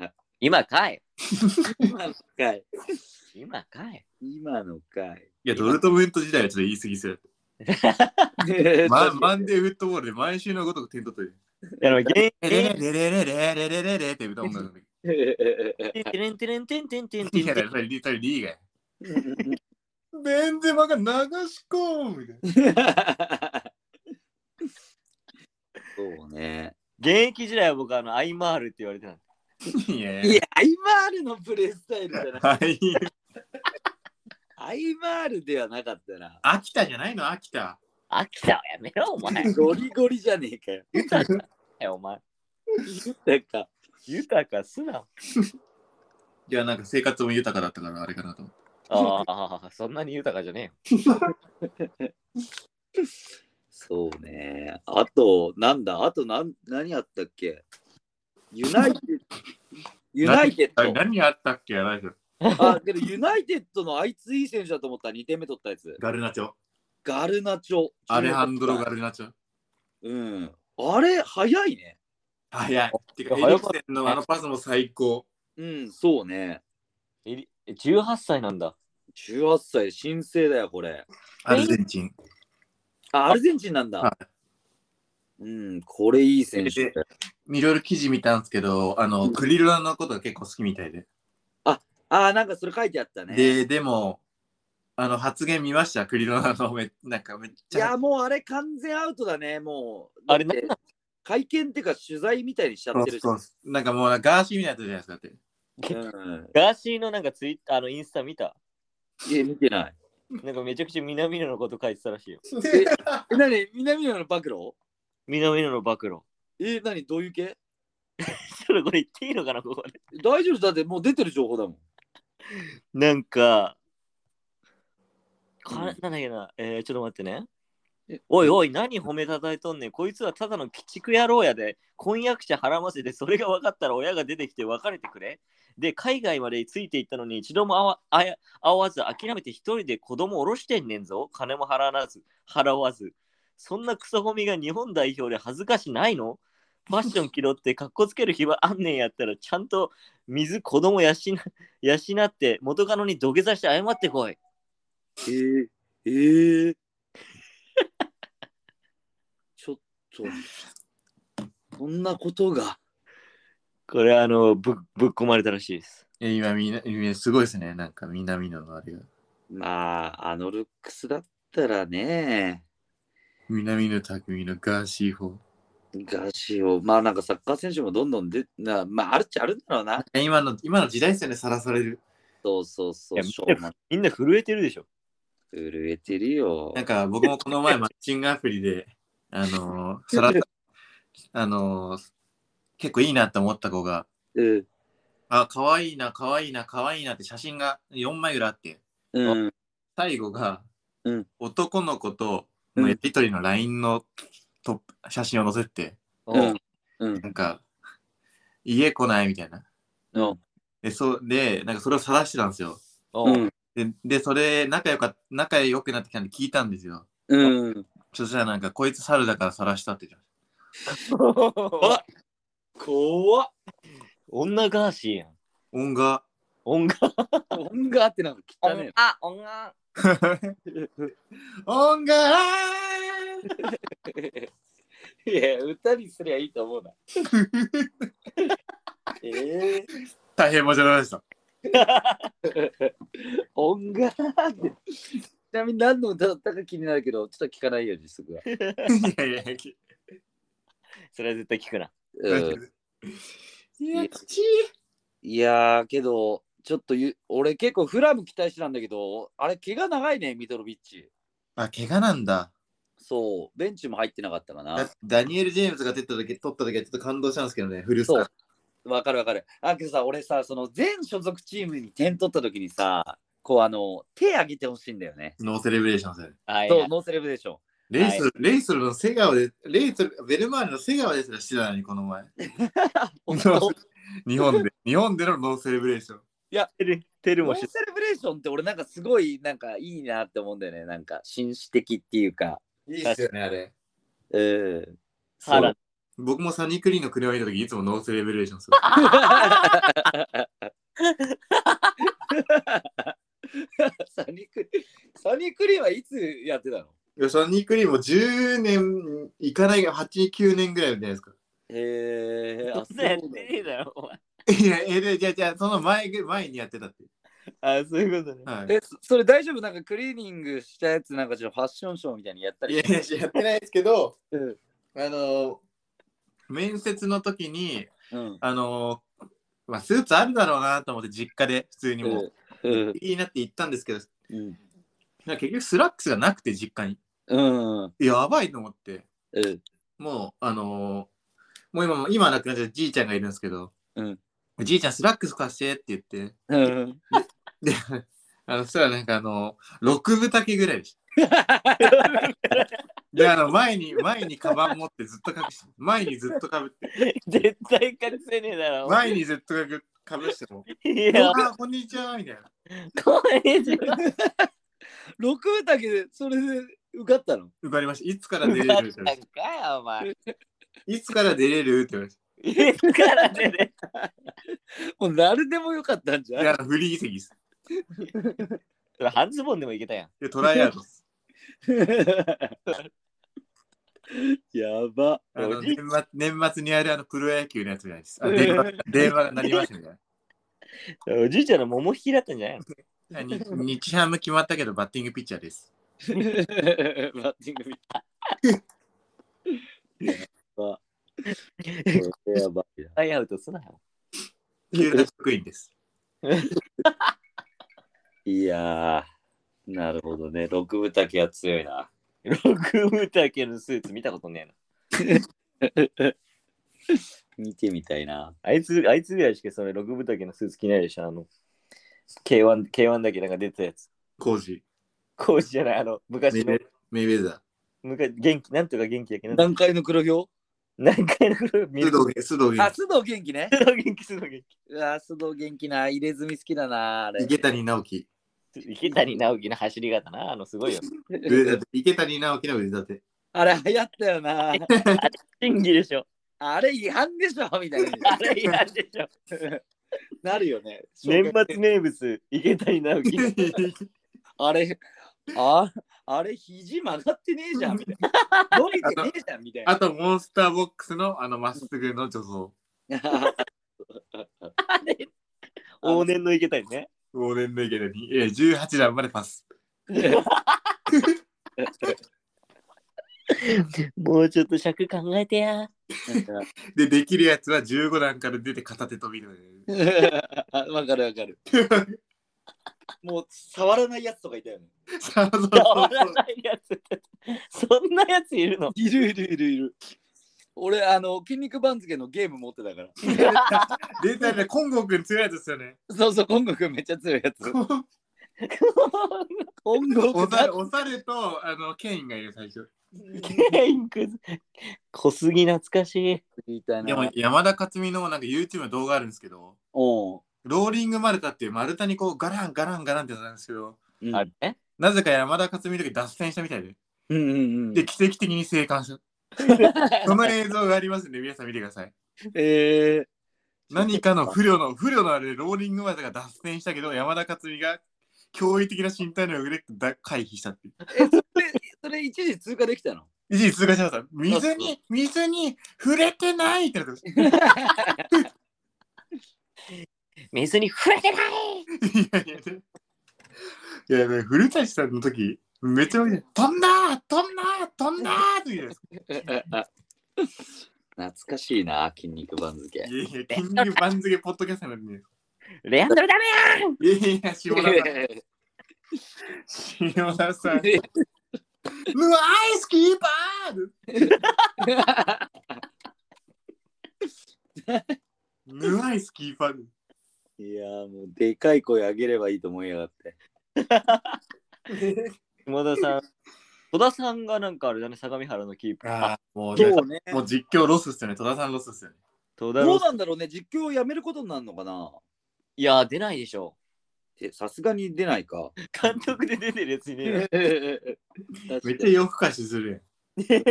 Speaker 3: 今かい
Speaker 1: 今の回。
Speaker 3: 今かい
Speaker 1: 今の 回。
Speaker 2: いや、ドルトムント時代はちょっと言い過ぎする。ま、マンデーフットボールで毎週のごとく点取ってる。
Speaker 3: あの、現
Speaker 2: レレレレレレレレレレって歌うんだけ
Speaker 3: 役テレンテレンテンテンテン
Speaker 2: ど。
Speaker 3: テン
Speaker 2: いや、
Speaker 3: テン
Speaker 2: それリそれリーガや。ベンゼマが流し込むみたいな。
Speaker 1: そうね。
Speaker 3: 現役時代は僕、あの、アイマールって言われてたんで
Speaker 2: いや
Speaker 1: い
Speaker 2: い
Speaker 1: や、アイマールのプレースタイルじゃない。
Speaker 2: や。はい。
Speaker 1: ア イマールではなかったな。
Speaker 2: 秋田じゃないの秋田。
Speaker 3: 秋田はやめろ、お前。
Speaker 1: ゴリゴリじゃねえかよ。
Speaker 3: 豊かだよお前。
Speaker 1: なんか、
Speaker 3: 豊かすな。
Speaker 2: いや、なんか生活も豊かだったからあれかなと思って。
Speaker 3: ああ、そんなに豊かじゃね
Speaker 1: そうね。あと、なんだ、あとなん何あったっけユナイテッド。 ユナイテッド。
Speaker 2: 何あったっけやないです
Speaker 1: あ、けどユナイテッドのあいついい選手だと思った、2点目取ったやつ。
Speaker 2: ガルナチョ。
Speaker 1: ガルナチョ。
Speaker 2: アレハンドロ・ガ
Speaker 1: ル。
Speaker 2: ルナチョ。
Speaker 1: うん。あれ、早いね。
Speaker 2: 早い。てか、エ
Speaker 3: 早
Speaker 2: リ
Speaker 3: か
Speaker 2: ク
Speaker 3: っ
Speaker 2: セ
Speaker 3: た
Speaker 2: ンのあのパスも最高。
Speaker 1: うん、そうね。
Speaker 3: えよ。え18歳なんだ。
Speaker 1: 18歳、新生だよ、これ。
Speaker 2: アルゼンチン。
Speaker 1: あ、アルゼンチンなんだ
Speaker 2: は。
Speaker 1: うん、これいい選手だよ。
Speaker 2: いろいろ記事見たんですけど、あの、クリロラのことが結構好きみたいで。
Speaker 1: あー、なんかそれ書いてあったね。
Speaker 2: で、でも、あの、発言見ましたクリロラのめ、なんかめっ
Speaker 1: い
Speaker 2: ちゃ
Speaker 1: や、。もうあれ完全アウトだね、もう。
Speaker 3: あれ
Speaker 1: だって会見っていうか取材みたいにしちゃってるし。
Speaker 2: そうそうなんかもうガーシーみたいなやつじゃないですかだって。
Speaker 1: うん。
Speaker 3: ガーシーのなんかツイッター、あの、インスタ見た。
Speaker 1: いや、見てない。
Speaker 3: なんかめちゃくちゃ南野のこと書いてたらしいよ。
Speaker 1: え、えなに、南野の暴露
Speaker 3: 南野の暴露。
Speaker 1: え、なに、どういう系
Speaker 3: ちょっとこれ言っていいのかな、ここで。
Speaker 1: 大丈夫ですだってもう出てる情報だもん。
Speaker 3: なんか、
Speaker 1: うん
Speaker 3: かなんだっけな、えー、ちょっと待ってね
Speaker 1: え。
Speaker 3: おいおい、何褒めたたえとんねん。こいつはただの鬼畜野郎やで、婚約者はらませて、それが分かったら親が出てきて別れてくれ。で、海外までついていったのに一度もあわあや会わず、諦めて一人で子供を下ろしてんねんぞ。金も払わず、払わず。そんなクソゴミが日本代表で恥ずかしな いのファッション着ろってかっこつける暇あんねんやったら、ちゃんと水子供養養って元カノに土下座して謝ってこい。
Speaker 1: えー、えー、 ちょっと、そんなことが。
Speaker 3: これあのぶぶっ込まれたらしいです。
Speaker 2: え今みんな、今すごいですね。なんか南野のあれが。
Speaker 1: まあ、あのルックスだったらね、
Speaker 2: 南野匠のガーシー法。
Speaker 1: ガシを、まあなんかサッカー選手もどんどんで、なまああるっちゃあるんだろうな。
Speaker 2: 今の、今の時代ですよね、さらされる。
Speaker 1: そうそうそ、
Speaker 3: いうや
Speaker 1: しょうも
Speaker 3: みんな震えてるでしょ。
Speaker 1: 震えてるよ。
Speaker 2: なんか僕もこの前マッチングアプリで、あのー、さら、あのー、結構いいなって思った子が、
Speaker 1: うん。
Speaker 2: あ、可愛いな、可愛いな、可愛いなって写真が4枚ぐらいあって、
Speaker 1: うん。
Speaker 2: 最後が、
Speaker 1: うん
Speaker 2: 男の子と
Speaker 1: うん
Speaker 2: のやりとりの LINE のトップ写真を載せて、
Speaker 1: うん。うん
Speaker 2: な。んか、家来ないみたいな。
Speaker 1: うん。
Speaker 2: で、そう、で、なんかそれを晒してたんですよ。
Speaker 3: お
Speaker 1: う。
Speaker 3: うん
Speaker 2: で、でそれ、仲良か、仲良くなってきたんで聞いたんですよ。
Speaker 1: うん。
Speaker 2: そしたらなんか、こいつ猿だから晒したって言ってました
Speaker 1: あ怖っ。
Speaker 3: 女ガーシーやん。
Speaker 2: 音が。
Speaker 3: 音楽。
Speaker 1: 音があってなんか汚ね
Speaker 3: あ、音楽。
Speaker 2: 音が
Speaker 1: え。いや、歌にすりゃいいと思うな。 ええ
Speaker 2: 大変申し訳ないでした。
Speaker 1: 音がって。ちなみに何の歌だったか気になるけど、ちょっと聞かないようにしとくわ。
Speaker 2: いやいやい
Speaker 3: それは絶対聞くな。
Speaker 1: うん
Speaker 2: や。いや、父。
Speaker 1: いやーけど、ちょっとゆ俺結構フラム期待してたんだけど、あれ、毛が長いね、ミトロビッチ。
Speaker 2: あ、怪我なんだ。
Speaker 1: そう、ベンチも入ってなかったか
Speaker 2: だ
Speaker 1: な
Speaker 2: って。ダニエル・ジェームズが出た時、取った時はちょっと感動したんですけどね、フルスタ
Speaker 1: そうわかるわかる。あけどさ、俺さ、その全所属チームに点取った時にさ、こうあの、手挙げてほしいんだよね。
Speaker 2: ノーセレブレーションですね。
Speaker 3: はい
Speaker 1: そう、ノーセレブレーション。
Speaker 2: レイソル、レイソルの瀬川で、レイソル、ベルマーレの瀬川ですらしてたのに、この前。日本で、日本でのノーセレブレーション。
Speaker 3: テルテル
Speaker 1: ノ
Speaker 3: も
Speaker 1: ー
Speaker 3: し
Speaker 1: セレブレーションって俺なんかすごいなんかいいなって思うんだよね。なんか紳士的っていうか。
Speaker 2: い
Speaker 3: いっすよ
Speaker 2: ね、あれ。
Speaker 1: うん。
Speaker 3: さ
Speaker 1: そ
Speaker 3: ら
Speaker 1: う
Speaker 2: 僕もサニークリーンの車にいた時、いつもノーセレブレーション する。
Speaker 1: サニークリーン、サニークリーンはいつやってたの
Speaker 2: いやサニークリーンも10年いかないが、8、9年ぐらいじゃないですか。
Speaker 1: へえ、あ、
Speaker 3: そ
Speaker 1: そう
Speaker 3: んなやってねえだろお前
Speaker 2: いや、えで、じゃあじゃあその前ぐ、前にやってたって。
Speaker 3: あそういうことね
Speaker 2: はい。
Speaker 1: え、そそれ大丈夫なんかクリーニングしたやつなんかちょっとファッションショーみたいにやった
Speaker 2: い
Speaker 1: り
Speaker 2: やいや、やってないですけど、
Speaker 1: うん
Speaker 2: あの、面接の時に、
Speaker 1: うん。
Speaker 2: あの、まあ、スーツあるだろうなと思って、実家で、普通にもう、
Speaker 1: うん。
Speaker 2: いいなって言ったんですけど、
Speaker 1: うん。
Speaker 2: なんか結局スラックスがなくて、実家に。
Speaker 1: うん。
Speaker 2: やばいと思って、
Speaker 1: うん。
Speaker 2: もう、あのもう今も、今は亡くなっちゃったじいちゃんがいるんですけど、
Speaker 1: うん
Speaker 2: じいちゃん、スラックス貸してって言って、
Speaker 1: うん。
Speaker 2: で、 あの、そしたらなんかあの、6分丈ぐらいで した。で、あの、前に、前にカバン持ってずっと隠して、前にずっとかぶって、
Speaker 3: 絶対勝てねえだろお前
Speaker 2: 前にずっとかぶかぶしても、
Speaker 3: いや
Speaker 2: あ、こんにちは、みたいな。
Speaker 3: これじゃ
Speaker 1: 六分だけでそれで受かったの
Speaker 2: 受かりました。いつから
Speaker 3: な
Speaker 2: 出れるって言われ
Speaker 3: んか
Speaker 2: て
Speaker 3: よお前
Speaker 2: いつから出れるって言われて
Speaker 3: いつから出れ
Speaker 1: もう誰でもよかったんじゃん
Speaker 2: いや、フリー席です。
Speaker 3: それ半ズボンでもいけたやん
Speaker 2: で、トライアウト です。
Speaker 1: や ば。
Speaker 2: あの
Speaker 1: おじ
Speaker 2: 年末年末にあるあのプロ野球のやつじゃないです。あ電話電話が鳴りますみたい
Speaker 3: おじいちゃんの桃引きだったんじゃないの
Speaker 2: な。に日ハム決まったけど、バッティングピッチャーです。
Speaker 1: バッティング見た。やば。これやばいな
Speaker 3: ライアウトすなよ
Speaker 2: 球団職員です。
Speaker 1: いやー、なるほどね。六分丈は強いな。
Speaker 3: 六分丈のスーツ見たことねえな
Speaker 1: 見てみたいな。
Speaker 3: あいつあいつぐらいしかそれ六分丈のスーツ着ないでしょあの K1, K1 だけなんか出てたやつ
Speaker 2: コージ、
Speaker 3: コーチじゃないあの
Speaker 2: メイ
Speaker 3: 昔
Speaker 2: ウ
Speaker 3: の
Speaker 2: ェメイウェザ
Speaker 3: 昔元気なんとか元気だけど
Speaker 1: 何回の黒ひょ
Speaker 3: 何回の頃
Speaker 2: ー。
Speaker 3: 見
Speaker 2: 須
Speaker 3: る
Speaker 2: 藤須藤
Speaker 1: うあ、
Speaker 2: 元
Speaker 1: 須藤元気ね。
Speaker 3: 須藤元気須藤元
Speaker 1: うわ、須藤元気な。入れ墨好きだな。あ
Speaker 2: 気、
Speaker 1: れ。
Speaker 2: 池谷直樹、
Speaker 3: 気池谷直樹の走り方なあのすごいよ
Speaker 2: 腕立て池谷直樹の腕立て。
Speaker 1: あれ流行ったよな。
Speaker 3: 審議でしょ
Speaker 1: あれ違反でしょみたいに
Speaker 3: あれ嫌で しょ
Speaker 1: なるよね。
Speaker 3: 年末名物池谷直樹
Speaker 1: あれ、ああれ、肘曲がってねえじゃんみたいな。伸びてねえじゃんみたい
Speaker 2: あ
Speaker 1: な。
Speaker 2: と、モンスターボックスのあのまっすぐの助走。
Speaker 3: あれ往年の池谷ね
Speaker 2: 往年の池谷、え18段までパス。
Speaker 3: もうちょっと尺考えてや
Speaker 2: で、できるやつは15段から出て片手飛びの。
Speaker 1: わかるわかる。もう触らないやつとかいたよね。
Speaker 2: そうそうそ
Speaker 3: 触
Speaker 2: う
Speaker 3: らないやつそんなやついるの
Speaker 1: いるいるいるいる。俺、あの、筋肉番付のゲーム持ってたから。
Speaker 2: 出たね、コンゴ君強いやつですよね。
Speaker 1: そうそう、コンゴくんめっちゃ強いやつ。コンゴくん
Speaker 2: 押され
Speaker 1: だ、
Speaker 2: 押されと、あの、ケインがいる最初。
Speaker 3: ケインク ズ小杉懐かしい
Speaker 1: みたい
Speaker 2: でも
Speaker 1: な。、
Speaker 2: 山田勝美のなんか YouTube の動画あるんですけど、
Speaker 1: お
Speaker 2: ローリングマルタっていう丸太にこうガランガランガランってなるんですけど、
Speaker 1: うん。
Speaker 3: あれ ね
Speaker 2: なぜか山田勝美の時脱線したみたいで、
Speaker 1: うんうんう
Speaker 2: で、
Speaker 1: ん。
Speaker 2: 奇跡的に生還した。その映像がありますんで、皆さん見てください。
Speaker 1: えー、
Speaker 2: 何かの不慮の、不慮のあれでローリングマルタが脱線したけど、山田勝美が驚異的な身体能力でだ回避したっていう。
Speaker 1: でそれ一時通過できたの
Speaker 2: 一時通過しました。水に、水に触れてないってなってました。
Speaker 3: 水に触れてない
Speaker 2: いやいやで、いやね、古舘さんの時、めちゃめちゃ、飛んだー飛んだー飛んだーって言うじ
Speaker 1: 懐かしいな、筋肉番付
Speaker 2: ゃない。 ですか。いやいや、筋肉番付ポッドキャストなんで。
Speaker 3: レアンドルダメ
Speaker 2: いやいや、下田さん、下田さん、ぬアイスキーパーぬアイスキーパー
Speaker 1: いやーもうでかい声上げればいいと思いやがって。
Speaker 3: 島田さん。戸田さんがなんかあれだね、相模原のキープ。
Speaker 2: あーもう
Speaker 1: そうね。
Speaker 2: もう実況ロスっすよね。戸田さんロスっすよね。
Speaker 3: 戸田
Speaker 1: ど
Speaker 3: の
Speaker 1: うなんだろうね、実況をやめることになるのかない
Speaker 3: や、出ないでしょ。
Speaker 1: え、さすがに出ないか。
Speaker 3: 監督で出てるやついねえよ。
Speaker 2: めっ
Speaker 1: 確
Speaker 2: ち
Speaker 1: か
Speaker 2: ゃ
Speaker 1: に
Speaker 2: 夜更かしするやん。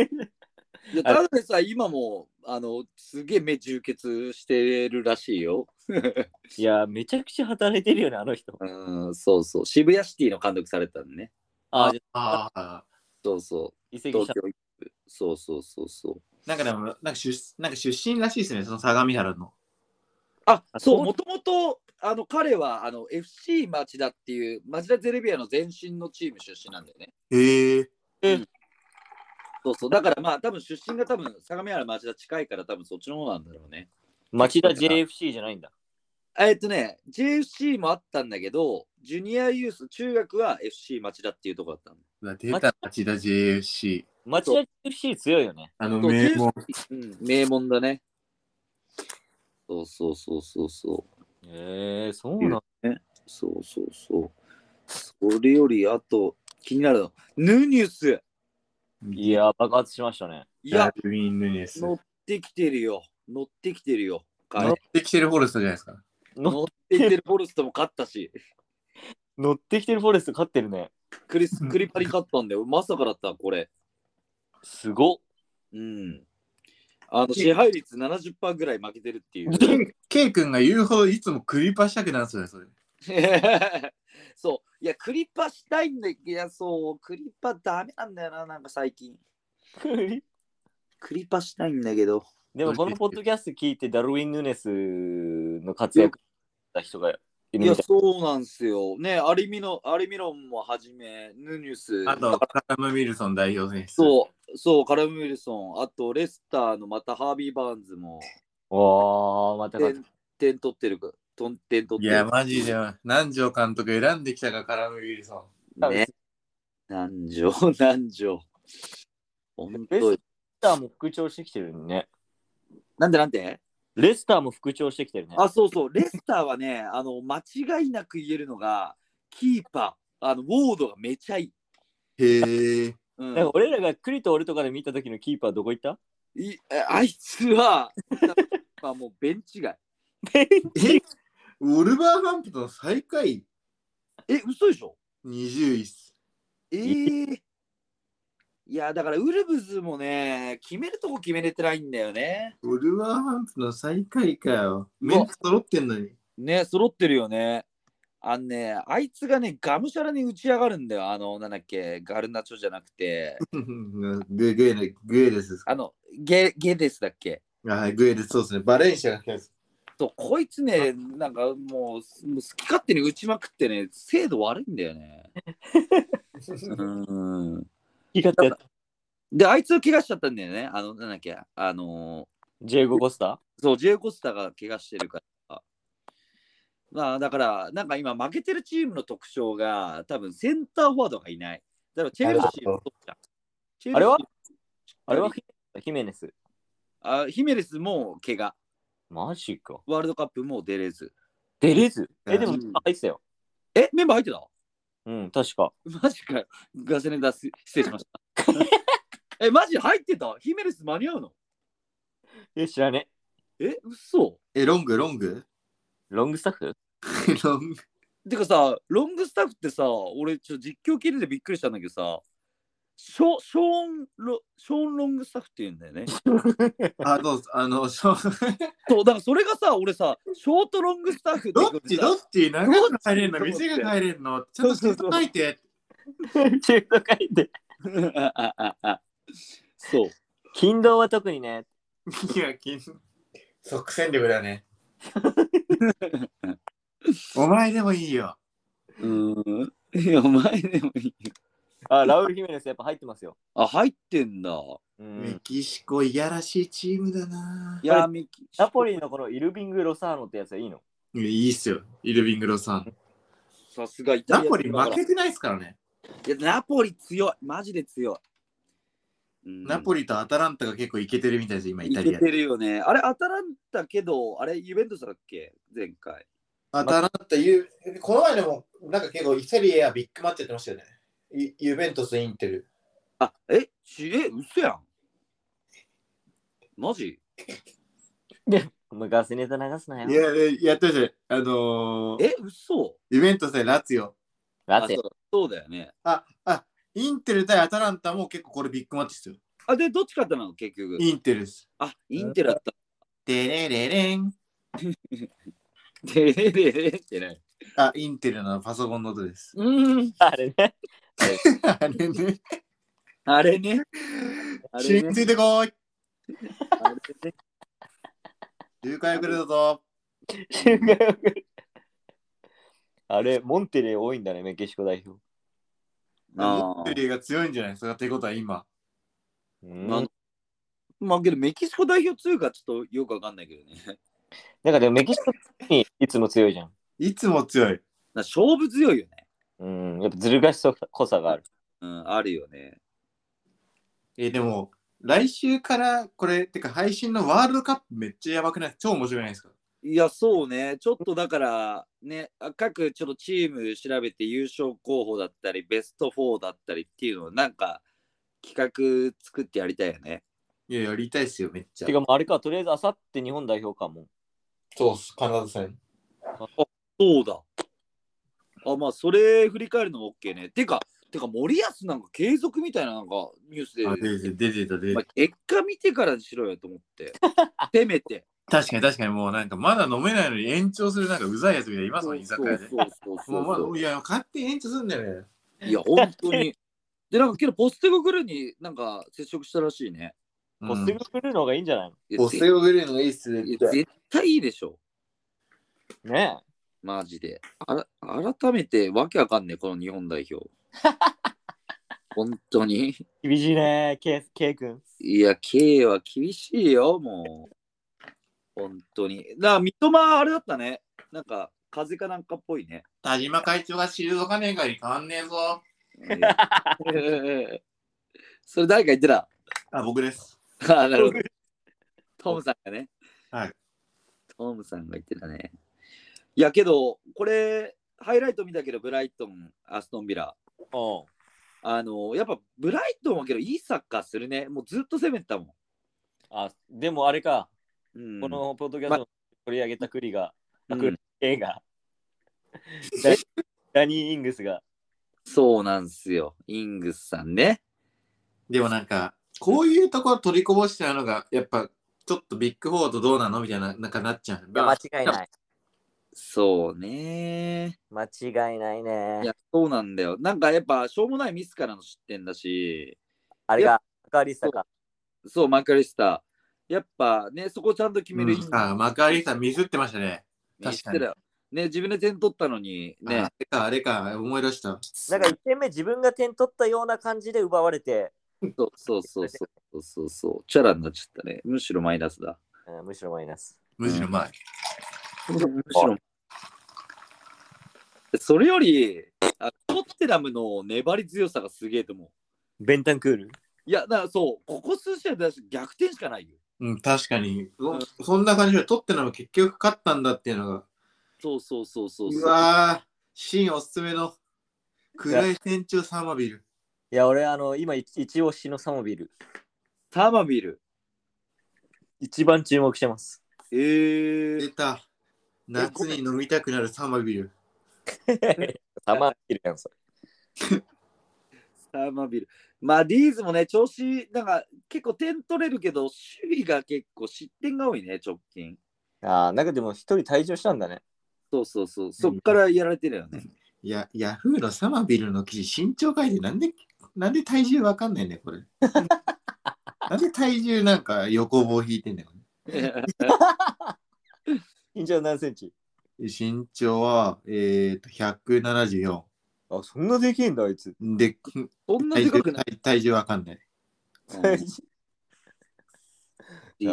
Speaker 1: いやただでさ、今も、あの、すげえ目充血してるらしいよ。
Speaker 3: いや、めちゃくちゃ働いてるよね、あの人。
Speaker 1: うん、そうそう。渋谷シティの監督されたんね。
Speaker 3: あ、じゃあ
Speaker 2: ああ。
Speaker 1: そうそ
Speaker 3: 移
Speaker 1: う。
Speaker 3: 籍し
Speaker 1: 東
Speaker 3: た。
Speaker 1: 京行く。そうそうそうそう。
Speaker 2: なんかでも、なんか出なんか出身らしいですね。その相模原の。
Speaker 1: あ、そう、
Speaker 3: そう
Speaker 1: もともと、あの、彼は、あの、FC 町田っていう、町田ゼルビアの前身のチーム出身なんだよね。
Speaker 2: へえ。
Speaker 1: そうそう。だからまあ、多分出身が多分、相模原町田近いから、多分そっちの方なんだろうね。
Speaker 3: 町田 JFC じゃないんだ。
Speaker 1: えっとね、JFC もあったんだけど、ジュニアユース、中学は FC 町田っていうとこだったの。
Speaker 2: 出た町田 JFC。
Speaker 3: 町田 JFC 強いよね。
Speaker 2: あの、
Speaker 1: そう
Speaker 2: 名門。
Speaker 1: うん、名門だね。そうそうそうそうそう。
Speaker 3: ええそうなん
Speaker 1: そうそうそう。それより、あと、気になるの。ヌーニュース
Speaker 3: いや、爆発しましたね。
Speaker 1: い
Speaker 2: ダ
Speaker 1: や、
Speaker 2: ルビン・ヌニエス。
Speaker 1: 乗
Speaker 2: 乗
Speaker 1: ってきてるよ。乗ってきてるよ。彼
Speaker 2: ってきてるフォレストじゃないですか。
Speaker 1: 乗ってきてるフォルストも勝ったし、
Speaker 3: 乗ってきてるフォレスト勝ってるね。
Speaker 1: クリス、クリパリ勝ったんだよ。まさかだった、これ。
Speaker 3: すごっ。
Speaker 1: うん。あの、支配率70%ぐらい負けてるっていう。
Speaker 2: ケイ君が言うほどいつもクリパしたくなるんですよね、それ。
Speaker 1: そう。いや、クリッパしたいんだけど、いや、そう、クリッパダメなんだよな、なんか最近。クリッパしたいんだけど。
Speaker 3: でもこのポッドキャスト聞いてダルウィン・ヌネスの活躍した人がい
Speaker 1: い
Speaker 3: る
Speaker 1: や、
Speaker 3: みたい。
Speaker 1: そうなんすよ。ね、アリミの、アリミロンもはじめ、ヌニュース。
Speaker 2: あと、カラム・ウィルソン代表選手。
Speaker 1: そう、そう、カラム・ウィルソン、あと、レスターのまたハービー・バーンズも、
Speaker 3: おー、またか
Speaker 1: 点点取ってるか、とん点取って
Speaker 2: い
Speaker 1: る。
Speaker 2: や、マジで、南條監督選んできたか、カラム・ウィルソン。
Speaker 1: ね。南條、 南條。本
Speaker 3: レ
Speaker 1: 当
Speaker 3: ス
Speaker 1: に
Speaker 3: ターも復調してきてるね。
Speaker 1: なんでなんで
Speaker 3: レスターも復調してきてるね。
Speaker 1: あ、そうそう、レスターはね、あの間違いなく言えるのが、キーパー、あのウォードがめちゃいい。
Speaker 2: へえ。
Speaker 1: うん
Speaker 3: なんか俺らがクリと俺とかで見た時のキーパーどこ行った
Speaker 1: いえあいつは、 まあもうベンチ外。
Speaker 2: えウォルバーハンプトン最下位
Speaker 1: え、嘘でしょ
Speaker 2: 20位っす。
Speaker 1: えーいや、だからウルブズもね、決めるとこ決めれてないんだよね。
Speaker 2: ウォルバーハンプトン最下位かよ。
Speaker 1: う
Speaker 2: メ
Speaker 1: わ
Speaker 2: ンツ揃ってんのに。
Speaker 1: ね、揃ってるよね。あのね、あいつがね、がむしゃらに打ち上がるんだよ。あの、なんだっけ、ガルナチョじゃなくて、
Speaker 2: ググエレ、グエレスですか
Speaker 1: あの、ゲゲデスだっけ。
Speaker 2: はい、グエレス、そうですね。バレンシアが来た やつ。
Speaker 1: そうこいつね、なんかもう、もう好き勝手に打ちまくってね、精度悪いんだよね。うん。
Speaker 3: キーカットやった。
Speaker 1: で、あいつ怪我しちゃったんだよね。あの、なんだっけ、あの
Speaker 3: ジェイゴ・コスタ
Speaker 1: ーそう、ジェイコスタが怪我してるから。まあ、だから、なんか今、負けてるチームの特徴が、多分センターフォワードがいない。だから、チェルシーもそうじゃんチェルシー
Speaker 3: あれはあれはヒメネス。
Speaker 1: あヒメレスも怪我。
Speaker 3: マジか。
Speaker 1: ワールドカップも出れず。
Speaker 3: 出れずえ、で
Speaker 2: う
Speaker 3: も
Speaker 1: ん
Speaker 3: 入ってたよ。
Speaker 1: え、メンバー入ってた
Speaker 3: うん、確か。
Speaker 1: マジかよ。ガセネタ失失礼しま した。え、マジ入ってたヒメレス間に合うの
Speaker 3: え、知らねえ。
Speaker 1: え、嘘
Speaker 2: え、ロング、ロング
Speaker 3: ロングスタッフ
Speaker 2: ロング。
Speaker 1: てかさ、ロングスタッフってさ、俺ちょっと実況切りでびっくりしたんだけどさ、ショショーンロ・ショーンロングスタッフって言うんだよね。
Speaker 2: あ、どうぞ。あ の、しょ
Speaker 1: そう、だからそれがさ、俺さ、ショートロングスタッフって
Speaker 2: ど
Speaker 1: 言
Speaker 2: っ
Speaker 1: うけ
Speaker 2: ち
Speaker 1: ど
Speaker 2: ど
Speaker 1: さ
Speaker 2: っち長く帰れんの店が帰れんのちょっ
Speaker 1: そう
Speaker 2: と
Speaker 1: そうそう
Speaker 2: 書いて。
Speaker 3: 中途書いて。
Speaker 1: ああああそう。
Speaker 3: 勤労は特にね。
Speaker 2: いや、金即戦力だね。 お前でもいいよ。
Speaker 1: うーん。いや、お前でもいい。
Speaker 3: あ、ラウル・ヒメネスやっぱ入ってますよ。
Speaker 1: あ、入ってんだ。。
Speaker 3: う
Speaker 2: メ
Speaker 3: ん。
Speaker 2: キシコ、いやらしいチームだない
Speaker 1: や、ミキ。
Speaker 3: ナポリのこのイルビング・ロサーノってやつはいいの
Speaker 2: いやいいっすよ、イルビングロさん。
Speaker 1: さすがイタ
Speaker 2: ナ
Speaker 1: リア
Speaker 2: ポリ負けてないっすからね。
Speaker 1: いや、ナポリ強い。マジで強い。うん
Speaker 2: ナポリとアタランタが結構いけてるみたいです、今、イ
Speaker 1: い
Speaker 2: タ
Speaker 1: け
Speaker 2: リア
Speaker 1: て。るよね。あれ、アタランタけど、あれ、ユベントスだっけ前回。
Speaker 2: ア
Speaker 3: タ
Speaker 2: タランタ、ユこの前でも、なんか結構イタリアビッグマッチやってましたよね。ユベントス、インテル。
Speaker 1: あ、え、ちえ、嘘やん。マジ
Speaker 3: お前ガスネタ流すなよ。
Speaker 2: いや、いややってましたよ。あのー、
Speaker 1: え、嘘
Speaker 2: ユベントスでラツヨ。
Speaker 3: だって
Speaker 1: あそうそうだよね。
Speaker 2: あ、あ、インテル対アタランタも結構これビッグマッチですよ。
Speaker 1: あ、で、どっち勝ったの結局。
Speaker 2: インテルです。
Speaker 1: あ、インテルだった。
Speaker 2: でれれれん。
Speaker 1: でれれれってない。
Speaker 2: あ、インテルのパソコンの音です。
Speaker 1: うーん、
Speaker 3: あれね。
Speaker 2: あれね。
Speaker 1: あれね。あ
Speaker 2: 死
Speaker 1: れ
Speaker 2: に
Speaker 1: ね。
Speaker 2: ついてこい。
Speaker 1: あれね
Speaker 2: 誘拐遅れだぞ。
Speaker 3: あれ、モンテレー多いんだね、メキシコ代表。
Speaker 1: あ
Speaker 2: モンテリーが強いんじゃないですかってことは今。
Speaker 3: う
Speaker 1: ー
Speaker 3: ん
Speaker 1: まあ、まあ、けどメキシコ代表強いかちょっとよくわかんないけどね。
Speaker 3: なんかでもメキシコにいつも強いじゃん。
Speaker 2: いつも強い。
Speaker 1: な勝負強いよね。
Speaker 3: うん、やっぱずる賢さがある。
Speaker 1: うん、あるよね。
Speaker 2: え、でも、来週からこれ、てか配信のワールドカップめっちゃやばくない超面白くないですか
Speaker 1: いや、そうね。ちょっとだから、ね、各ちょっとチーム調べて優勝候補だったり、ベスト4だったりっていうのを、なんか、企画作ってやりたいよね。
Speaker 2: いや、やりたいですよ、めっちゃ
Speaker 3: て。かもうあれか、とりあえずあさって日本代表かも。
Speaker 2: そうっす、カナダ戦。
Speaker 1: そうだ。あ、まあ、それ振り返るのも OK ね。てか、てか、森保なんか継続みたいな、なんか、ニュースで、
Speaker 2: あ、出てた、出てた、出て
Speaker 1: まあ、結果見てからにしろよと思 って。せめて。
Speaker 2: た。確かに確かにもうなんかまだ飲めないのに延長するなんかうざいやつみたいな、今そ
Speaker 1: そう
Speaker 2: の居
Speaker 1: そ
Speaker 2: 酒
Speaker 1: う
Speaker 2: 屋で。
Speaker 1: そう
Speaker 2: も
Speaker 1: そうう
Speaker 2: ま
Speaker 1: そう
Speaker 2: だ、いや、勝手に延長すんだよね。
Speaker 1: いや、本当に。で、なんか、けど、ポステゴグルになんか接触したらしいね。
Speaker 3: もうすぐ来るの方がいいんじゃない
Speaker 1: いや
Speaker 2: おセオグレーのがいいっすね
Speaker 1: ぜいや絶対いいでしょ。
Speaker 3: のね
Speaker 1: マジで。あら改めて、わけわかんねえ、この日本代表。本当に。
Speaker 3: え。厳しいね、ケイケイ君。
Speaker 1: いや、K は厳しいよ、もう。本当に。な、三笘、あれだったね。なんか、風邪かなんかっぽいね。
Speaker 2: 田島会長が退かねえからに変わんねえぞ。
Speaker 1: それ誰か言ってた。
Speaker 2: あ、僕です。
Speaker 1: あなるほど。トムさんがね。
Speaker 2: はい。
Speaker 1: トムさんが言ってたね。いやけど、これ、ハイライト見たけど、ブライトン、アストンビラ。
Speaker 3: おう
Speaker 1: あの、やっぱブライトンはけど、いいサッカーするね。もうずっと攻めてたも
Speaker 3: あ、でもあれか、
Speaker 1: ん。うん、
Speaker 3: このポッドキャストの取り上げたクリが、あ
Speaker 1: うん
Speaker 3: クリ映画。ダニダニー・イングスが。
Speaker 1: そうなんすよ。イングスさんね。
Speaker 2: でもなんか、こういうところ取りこぼしてたのが、やっぱ、ちょっとビッグフォーとどうなのみたいな、なんかなっちゃう。
Speaker 3: 違。
Speaker 2: いない
Speaker 1: そうね。
Speaker 3: 間違いないね
Speaker 1: いや、そうなんだよ。なんかやっぱ、しょうもないミスからの失点だし、
Speaker 3: あ
Speaker 1: れが、
Speaker 3: カリ
Speaker 1: サか。そう、マイカリスター。やっぱね、そこちゃんと決めるイング
Speaker 2: う
Speaker 1: ス
Speaker 2: んあ、マカリーさんミスってましたね。
Speaker 1: ミス
Speaker 2: 確
Speaker 1: ってた
Speaker 2: かに
Speaker 1: よね、自分で点取ったのに、ね
Speaker 2: あ。れか、あれか、思い出した。
Speaker 3: なんか1点目自分が点取ったような感じで奪われて、
Speaker 1: そうそうそうそうそうそう。チャラになっちゃったね。むしろマイナスだ。
Speaker 3: うんむしろマイナス。
Speaker 2: むしろ前。
Speaker 1: むしろ。それより、あトッテナムの粘り強さがすげえと思う。
Speaker 3: ベンタンクール
Speaker 1: いや、だからそう、ここ数試合だし逆転しかないよ。
Speaker 2: うん、確かに。
Speaker 1: うん
Speaker 2: そそんな感じで、取ってのも結局勝ったんだっていうのが。
Speaker 1: そうそうそうそうそう
Speaker 2: うわー、シーンおすすめの。暗い天中サーマビル。
Speaker 3: いや、俺、あの、今、一一押しのサモビル、
Speaker 1: タマビル。
Speaker 3: 一番注目して ます。
Speaker 1: えー
Speaker 2: 出、た。夏に飲みたくなるサーマビル。
Speaker 3: サマビルやん、それ。
Speaker 1: タマビル。まあ、ディーズもね、調子、なんか結構点取れるけど、守備が結構失点が多いね、直近。
Speaker 3: ああ、なんかでも一人退場したんだね。
Speaker 1: そうそうそう、そっからやられてるよ ね。
Speaker 2: いや、ヤフーのサーマビルの記事、身長書いて、なんで、なんで体重わかんないね、これ。 なんで体重なんか横棒引いてんだよ。
Speaker 3: 身長何センチ
Speaker 2: 身長は、えっ、ー、と、174。
Speaker 3: あ、そんなできんだ、あいつ。
Speaker 2: で、
Speaker 1: そんな
Speaker 2: 体
Speaker 1: でか
Speaker 2: 重
Speaker 1: くない。
Speaker 2: 体体重わかんない。
Speaker 1: うん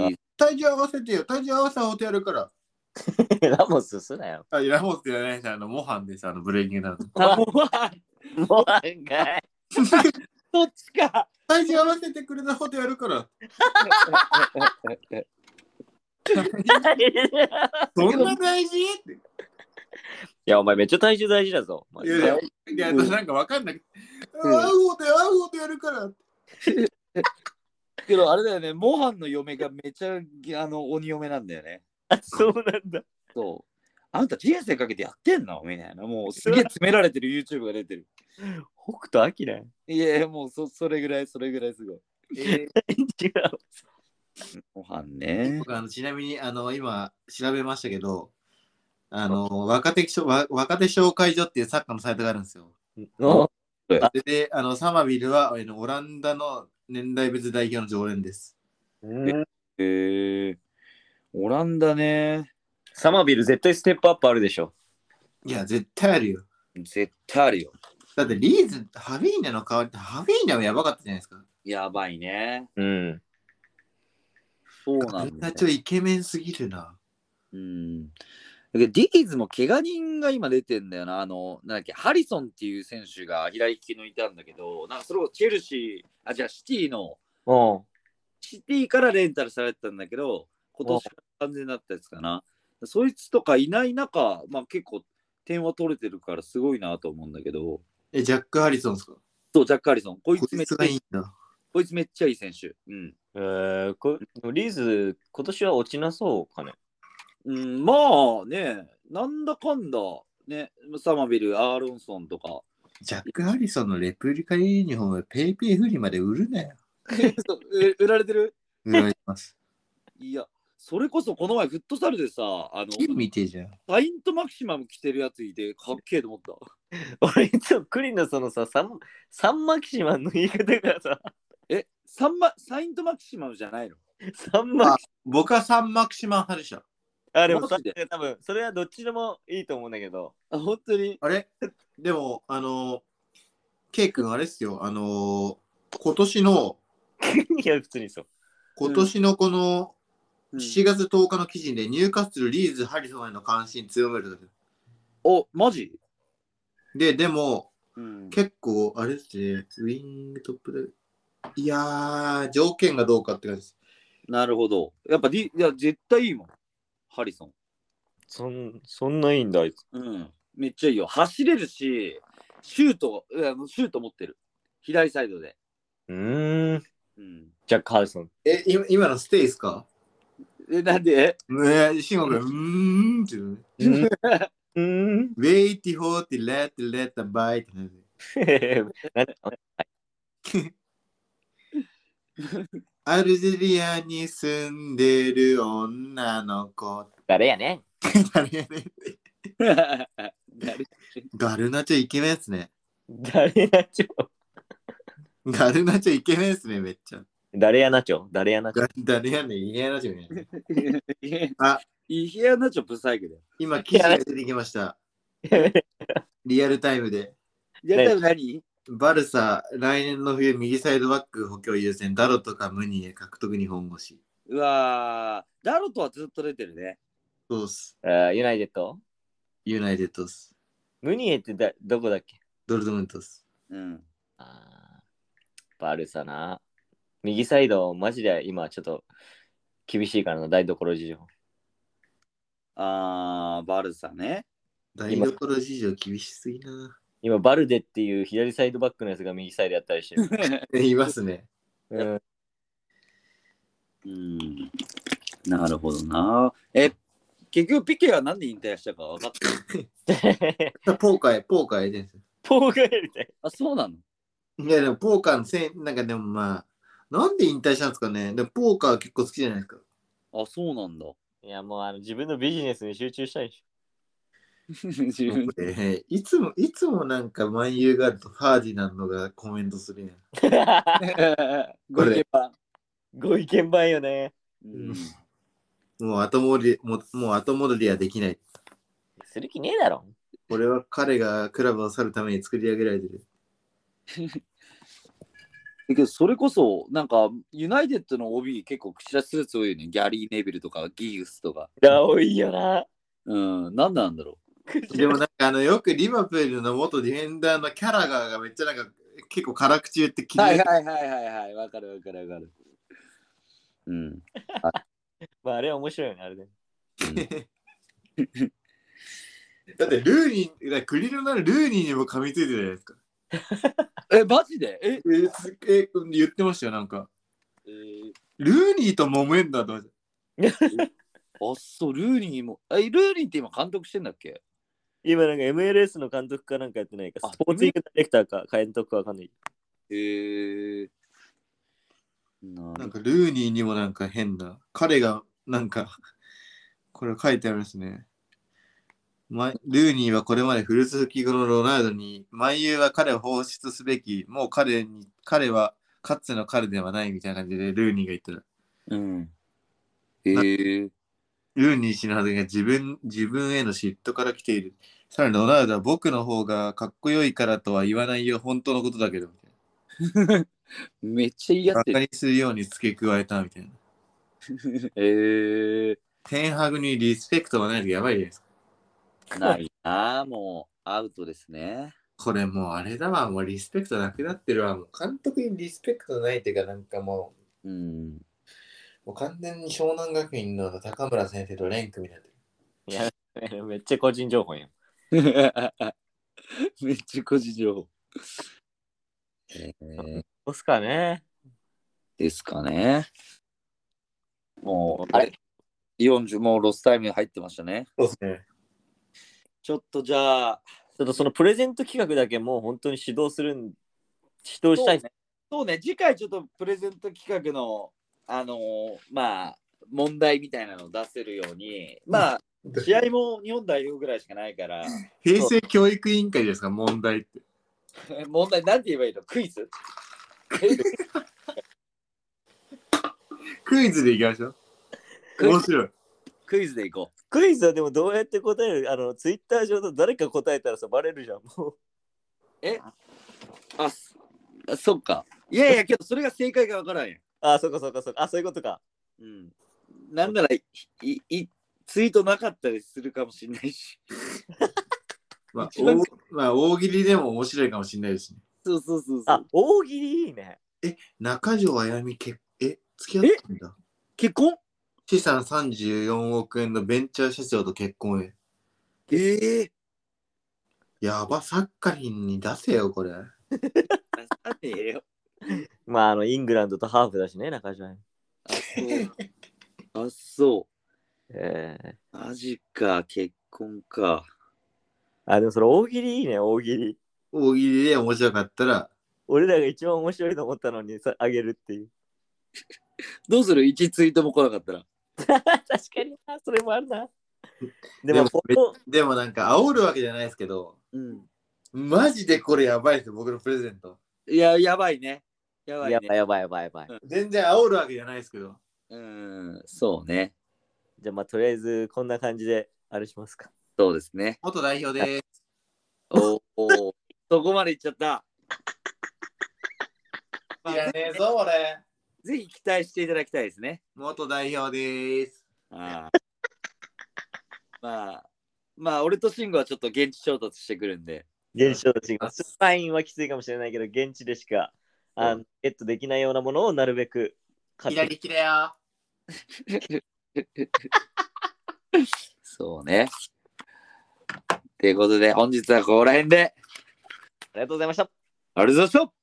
Speaker 1: い い
Speaker 2: 体重合わせてよ、体重合わせはお手やるから。
Speaker 3: ラモスすなよ。
Speaker 2: あ、いやラモスじゃないし、あの、モハンです、あの、ブレイキングダウン。
Speaker 1: あもう
Speaker 3: もう案外。
Speaker 1: そっちか。
Speaker 2: 最近合わせてくれたことやる から。そんな大事って。
Speaker 3: いや、お前めっちゃ体重大事だぞ。マ
Speaker 2: い
Speaker 3: ジ
Speaker 2: やい
Speaker 3: で
Speaker 2: や、いや私なんかわかんなくて。合うほど合うほどやるから。
Speaker 1: けどあれだよね、モハンの嫁がめちゃあの鬼嫁なんだよね。
Speaker 3: あそうなんだ。
Speaker 1: そう。あんた人生かけてやってんのみたいな。もうすげえ詰められてる YouTube が出てる。
Speaker 3: 北斗晶 違う。
Speaker 1: いやいや、もうそそれぐらい、それぐらいすごい。モハンね。
Speaker 2: 僕あのちなみにあの今調べましたけど、あの若手しょわ若手紹介所っていうサッカーのサイトがあるんですよ。
Speaker 3: お
Speaker 2: でであのサマビルはあのオランダの年代別代表の常連です。
Speaker 1: へえ。オランダね。
Speaker 3: サマービル絶対ステップアップあるでしょ。
Speaker 2: いや、絶対あるよ。
Speaker 1: 絶対あるよ。
Speaker 2: だってリーズ、ハビーナの代わりって、ハビーナはやばかったじゃないですか。
Speaker 1: やばいね。
Speaker 3: うん。
Speaker 1: そう
Speaker 2: あ
Speaker 1: なんんだ
Speaker 2: な
Speaker 1: よ。
Speaker 2: ちょイケメンすぎるな。
Speaker 1: うん。だけどディギーズも怪我人が今出てんだよな。あの、なんだっけ、ハリソンっていう選手が左利きのいたんだけど、なんかそれをチェルシー、あ、じゃあシティの、
Speaker 3: おう
Speaker 1: シティからレンタルされてたんだけど、今年から完全になったやつかな。そいつとかいない中、まあ結構点は取れてるからすごいなと思うんだけど、
Speaker 2: え、ジャック・ハリソンですか
Speaker 1: そう、ジャック・ハリソン、こい
Speaker 2: こ
Speaker 1: つめ
Speaker 2: い
Speaker 1: っち
Speaker 2: つ
Speaker 1: ゃ
Speaker 2: が
Speaker 1: い
Speaker 2: い
Speaker 1: い
Speaker 2: いんだ。
Speaker 1: こいつめっちゃいい選手。うん。
Speaker 3: えー、こリーズ、今年は落ちなそうかね。
Speaker 1: うん、まあね、なんだかんだ、ね、サマビル、アーロンソンとか、
Speaker 2: ジャック・ハリソンのレプリカユニフォーム、ペイペイフリまで売るなよ。
Speaker 1: そうえ売られてる
Speaker 2: 売られてます。
Speaker 1: いや、それこそこの前フットサルでさ、あの、
Speaker 2: 金見てえじゃん。
Speaker 1: サイントマキシマム着てるやついて、かっけえと思った。
Speaker 3: 俺、いつもクリンのそのさ、サンサンマキシマンの言い方がさ、
Speaker 1: え、サンマサイントマキシマムじゃないの
Speaker 3: サンマキシ
Speaker 2: 僕はサンマクシマン派でした。
Speaker 3: マン。あ、でも
Speaker 1: マジで
Speaker 3: 多分、それはどっちでもいいと思うんだけど。
Speaker 1: あ、本当に。
Speaker 2: あれでも、あの、ケイ君あれっすよ、あの、今年の、
Speaker 3: いや、普通にそう。
Speaker 2: 今年のこ
Speaker 1: うん
Speaker 2: の7月10日の記事で、ニューカッスル、リーズ、ハリソンへの関心強めるだけ
Speaker 1: お、マジ
Speaker 2: で、でも、
Speaker 1: うん
Speaker 2: 結構、あれですね、ウィングトップで。いやー、条件がどうかって感じです。
Speaker 1: なるほど。やっぱり、いや、絶対いいもん。ハリソン。
Speaker 3: そんそんないいんだ、あいつ。
Speaker 1: うん。めっちゃいいよ。走れるし、シュート、いやシュート持ってる。左サイドで。
Speaker 3: うーん。
Speaker 1: うん。
Speaker 3: ジャック・ハリソン。
Speaker 2: え、今今のステイですか
Speaker 1: え、なんで
Speaker 2: えー、シンゴが、うーんっていうね。
Speaker 3: うーんうーん。
Speaker 2: Wait for the let, let the buy って感じ
Speaker 3: なん で
Speaker 2: アルジェリアに住んでる女の子。
Speaker 3: 誰やねん。
Speaker 2: 誰やねん
Speaker 1: 誰
Speaker 2: ガルナチョイケメンっすね。
Speaker 3: 誰やちょ。
Speaker 2: ガルナチョイケメンっすね、めっちゃ。
Speaker 3: 誰やなちょ。誰やなちょ。
Speaker 2: ガ誰やねん、イエナチョみたいな。あ
Speaker 1: あ、イヒアナチョブサイクだよ。
Speaker 2: 今、記事が出てきました。リアルタイムで。
Speaker 1: いや、多分何
Speaker 2: バルサ、来年の冬、右サイドバック補強優先、ダロとかムニエ獲得に本腰。
Speaker 1: うわー、ダロトはずっと出てるね。
Speaker 2: そうっす。
Speaker 3: あーユナイテッド
Speaker 2: ユナイテッドっす。
Speaker 3: ムニエってだどこだっけ
Speaker 2: ドルトムントっす。
Speaker 1: うん。
Speaker 3: あーバルサな。右サイド、マジで今ちょっと厳しいからな、台所事情。
Speaker 1: あー、バルサね。
Speaker 2: 台所事情厳しすぎな。
Speaker 3: 今、バルデっていう左サイドバックのやつが右サイドやったりしてる。
Speaker 2: いますね。
Speaker 3: うん、
Speaker 1: うん。なるほどな。え、結局ピケは何で引退したか分かってる。
Speaker 2: ポーカーへ、ポーカーへです。
Speaker 3: ポーカーみたい。
Speaker 1: あ、そうなの
Speaker 2: いや、でもポーカーのせい、なんかでもまあ、なんで引退したんですかね。でもポーカー結構好きじゃないですか。
Speaker 1: あ、そうなんだ。
Speaker 3: いや、もうあの自分のビジネスに集中したいでし
Speaker 1: 自分
Speaker 2: えーいつも、いつもなんか、万有があると、ファーディナンドがコメントするやん。
Speaker 3: ょ。
Speaker 1: ご意見番。
Speaker 3: ご意見番よね。
Speaker 1: うん
Speaker 2: もう後戻り、もうもう後戻りはできない。
Speaker 3: する気ねえだろ。
Speaker 2: 俺は彼がクラブを去るために作り上げられてる。
Speaker 1: だけどそれこそなんかユナイテッドの OB 結構口出しするやつ多いよねギャリー・ネビルとかギーグスとか
Speaker 3: いや、多いよな。
Speaker 1: うん何なんだろう
Speaker 2: でもなんかあのよくリバプールの元ディフェンダーのキャラガーがめっちゃなんか結構辛口言って気に
Speaker 1: は
Speaker 2: 入
Speaker 1: い
Speaker 2: る
Speaker 1: はいはいはいはい。わかるわかるわかる。うん。うん
Speaker 3: まああれは面白いよね、あれで。
Speaker 2: だってルーニー、だからクリロナルルーニーにも噛みついてるじゃないですか。
Speaker 1: え、マジでえ、
Speaker 2: えすえ言ってましたよ、なんか。
Speaker 1: えー
Speaker 2: ルーニーと揉めんだと。
Speaker 1: あっそう、ルーニーも。え、ルーニーって今監督してんだっけ
Speaker 3: 今なんか MLS の監督かなんかやってないか、
Speaker 1: あ
Speaker 3: スポーツイングディレクターか監督かわかんない。
Speaker 1: へえー。な
Speaker 2: なん
Speaker 1: る
Speaker 2: かルーニーにもなんか変な。彼がなんか、これ書いてありますね。ま、ルーニーはこれまで古巣吹き頃のロナウドに、毎夕は彼を放出すべき、もう彼に彼はかつての彼ではないみたいな感じでルーニーが言ったら、
Speaker 1: うん。えー、
Speaker 2: ルーニー氏の発言が自分自分への嫉妬から来ている。さらにロナウドは僕の方がかっこよいからとは言わないよ、本当のことだけど。みたい
Speaker 1: めっちゃ言い合
Speaker 2: な
Speaker 1: っ
Speaker 2: バ
Speaker 1: て
Speaker 2: カ
Speaker 1: る。
Speaker 2: にするように付け加えたみたいな。
Speaker 1: え
Speaker 2: テンハグにリスペクトがないとやばいじゃないですか。
Speaker 1: ー、ないなあ、もうアウトですね。
Speaker 2: これもうあれだわ、もうリスペクトなくなってるわ。もう監督にリスペクトないっていうか、なんかも
Speaker 1: うん。
Speaker 2: う、もう完全に湘南学院の高村先生とレンクみたいになってる。
Speaker 3: いや、めっちゃ個人情報やん。
Speaker 1: めっちゃ個人情報。えー、
Speaker 3: どうすかね。
Speaker 1: ですかね。もう、あれ ?40 もうロスタイムに入ってましたね。
Speaker 2: そうですね。
Speaker 1: ちょっとじゃあ、
Speaker 3: ちょっとそのプレゼント企画だけもう本当に指導するん、指導したい。
Speaker 1: そうね、次回ちょっとプレゼント企画の、あのーまあ、問題みたいなのを出せるように、まあ、試合も日本代表ぐらいしかないから、
Speaker 2: 平成教育委員会ですか、問題って。
Speaker 1: 問題なんて言えばいいのクイズ
Speaker 2: クイズでいきましょう。
Speaker 1: クイズ
Speaker 2: 面白い。
Speaker 1: クイズでいこ
Speaker 3: クイズはでもどうやって答えるあの、ツイッター上の誰か答えたらさ、バレるじゃん。 もう。
Speaker 1: う。あ、そあそっか。いやいや、けどそれが正解がわからんやん。
Speaker 3: あ、そうかそうかそうか。あ、そういうことか。
Speaker 1: うん。なんならいいい、ツイートなかったりするかもしれないし。
Speaker 2: まあ
Speaker 1: 一番、
Speaker 2: 大まあ、大喜利でも面白いかもしれないですね。
Speaker 1: そうそうそうそ
Speaker 3: あ
Speaker 1: う。、
Speaker 3: 大喜利いいね。
Speaker 2: 中条あやみ結、え、付き合ったんだ。
Speaker 1: 結婚
Speaker 2: 資産34億円のベンチャー社長と結婚へ。
Speaker 1: ええ
Speaker 2: やば、サッカリンに出せよ、これ。
Speaker 1: ー。なんでええよ。
Speaker 3: まあ、あの、イングランドとハーフだしね、中島。
Speaker 1: あ、 そう。あ、そ
Speaker 3: ええ
Speaker 1: う。マジか、結婚か。
Speaker 3: あ、でもそれ大喜利いいね、大喜利。
Speaker 2: 大喜利で面白かったら、
Speaker 3: 俺らが一番面白いと思ったのにさあげるっていう。
Speaker 1: どうする一ツイートも来なかったら。
Speaker 3: 確かにな、それもあるな。
Speaker 2: で
Speaker 3: でも、
Speaker 2: も
Speaker 3: ここ
Speaker 2: でもなんか煽るわけじゃないですけど、
Speaker 1: うん。
Speaker 2: マジでこれやばいですよ、僕のプレゼント。
Speaker 1: いや、やばいね。やばい
Speaker 3: やばい
Speaker 1: ね。
Speaker 3: やばいやばいやばい。
Speaker 2: 全然煽るわけじゃないですけど。
Speaker 1: うん、そうね。
Speaker 3: じゃあ、まあ、とりあえず、こんな感じで、あれしますか。
Speaker 1: そうですね。
Speaker 2: 元代表です。
Speaker 1: おお。 そこまでいっちゃった。まあ
Speaker 2: いらねえぞ、俺。
Speaker 1: ぜひ期待していただきたいですね。
Speaker 2: 元代表です。
Speaker 1: あーまあ、まあ、俺と慎吾はちょっと現地衝突してくるんで。
Speaker 3: 現象と違います。スパインはきついかもしれないけど、現地でしかあのゲットできないようなものをなるべく買って
Speaker 2: 左利きだよ。
Speaker 1: そうね。ということで、本日はここら辺で、
Speaker 3: ありがとうございました。
Speaker 1: ありがとうございました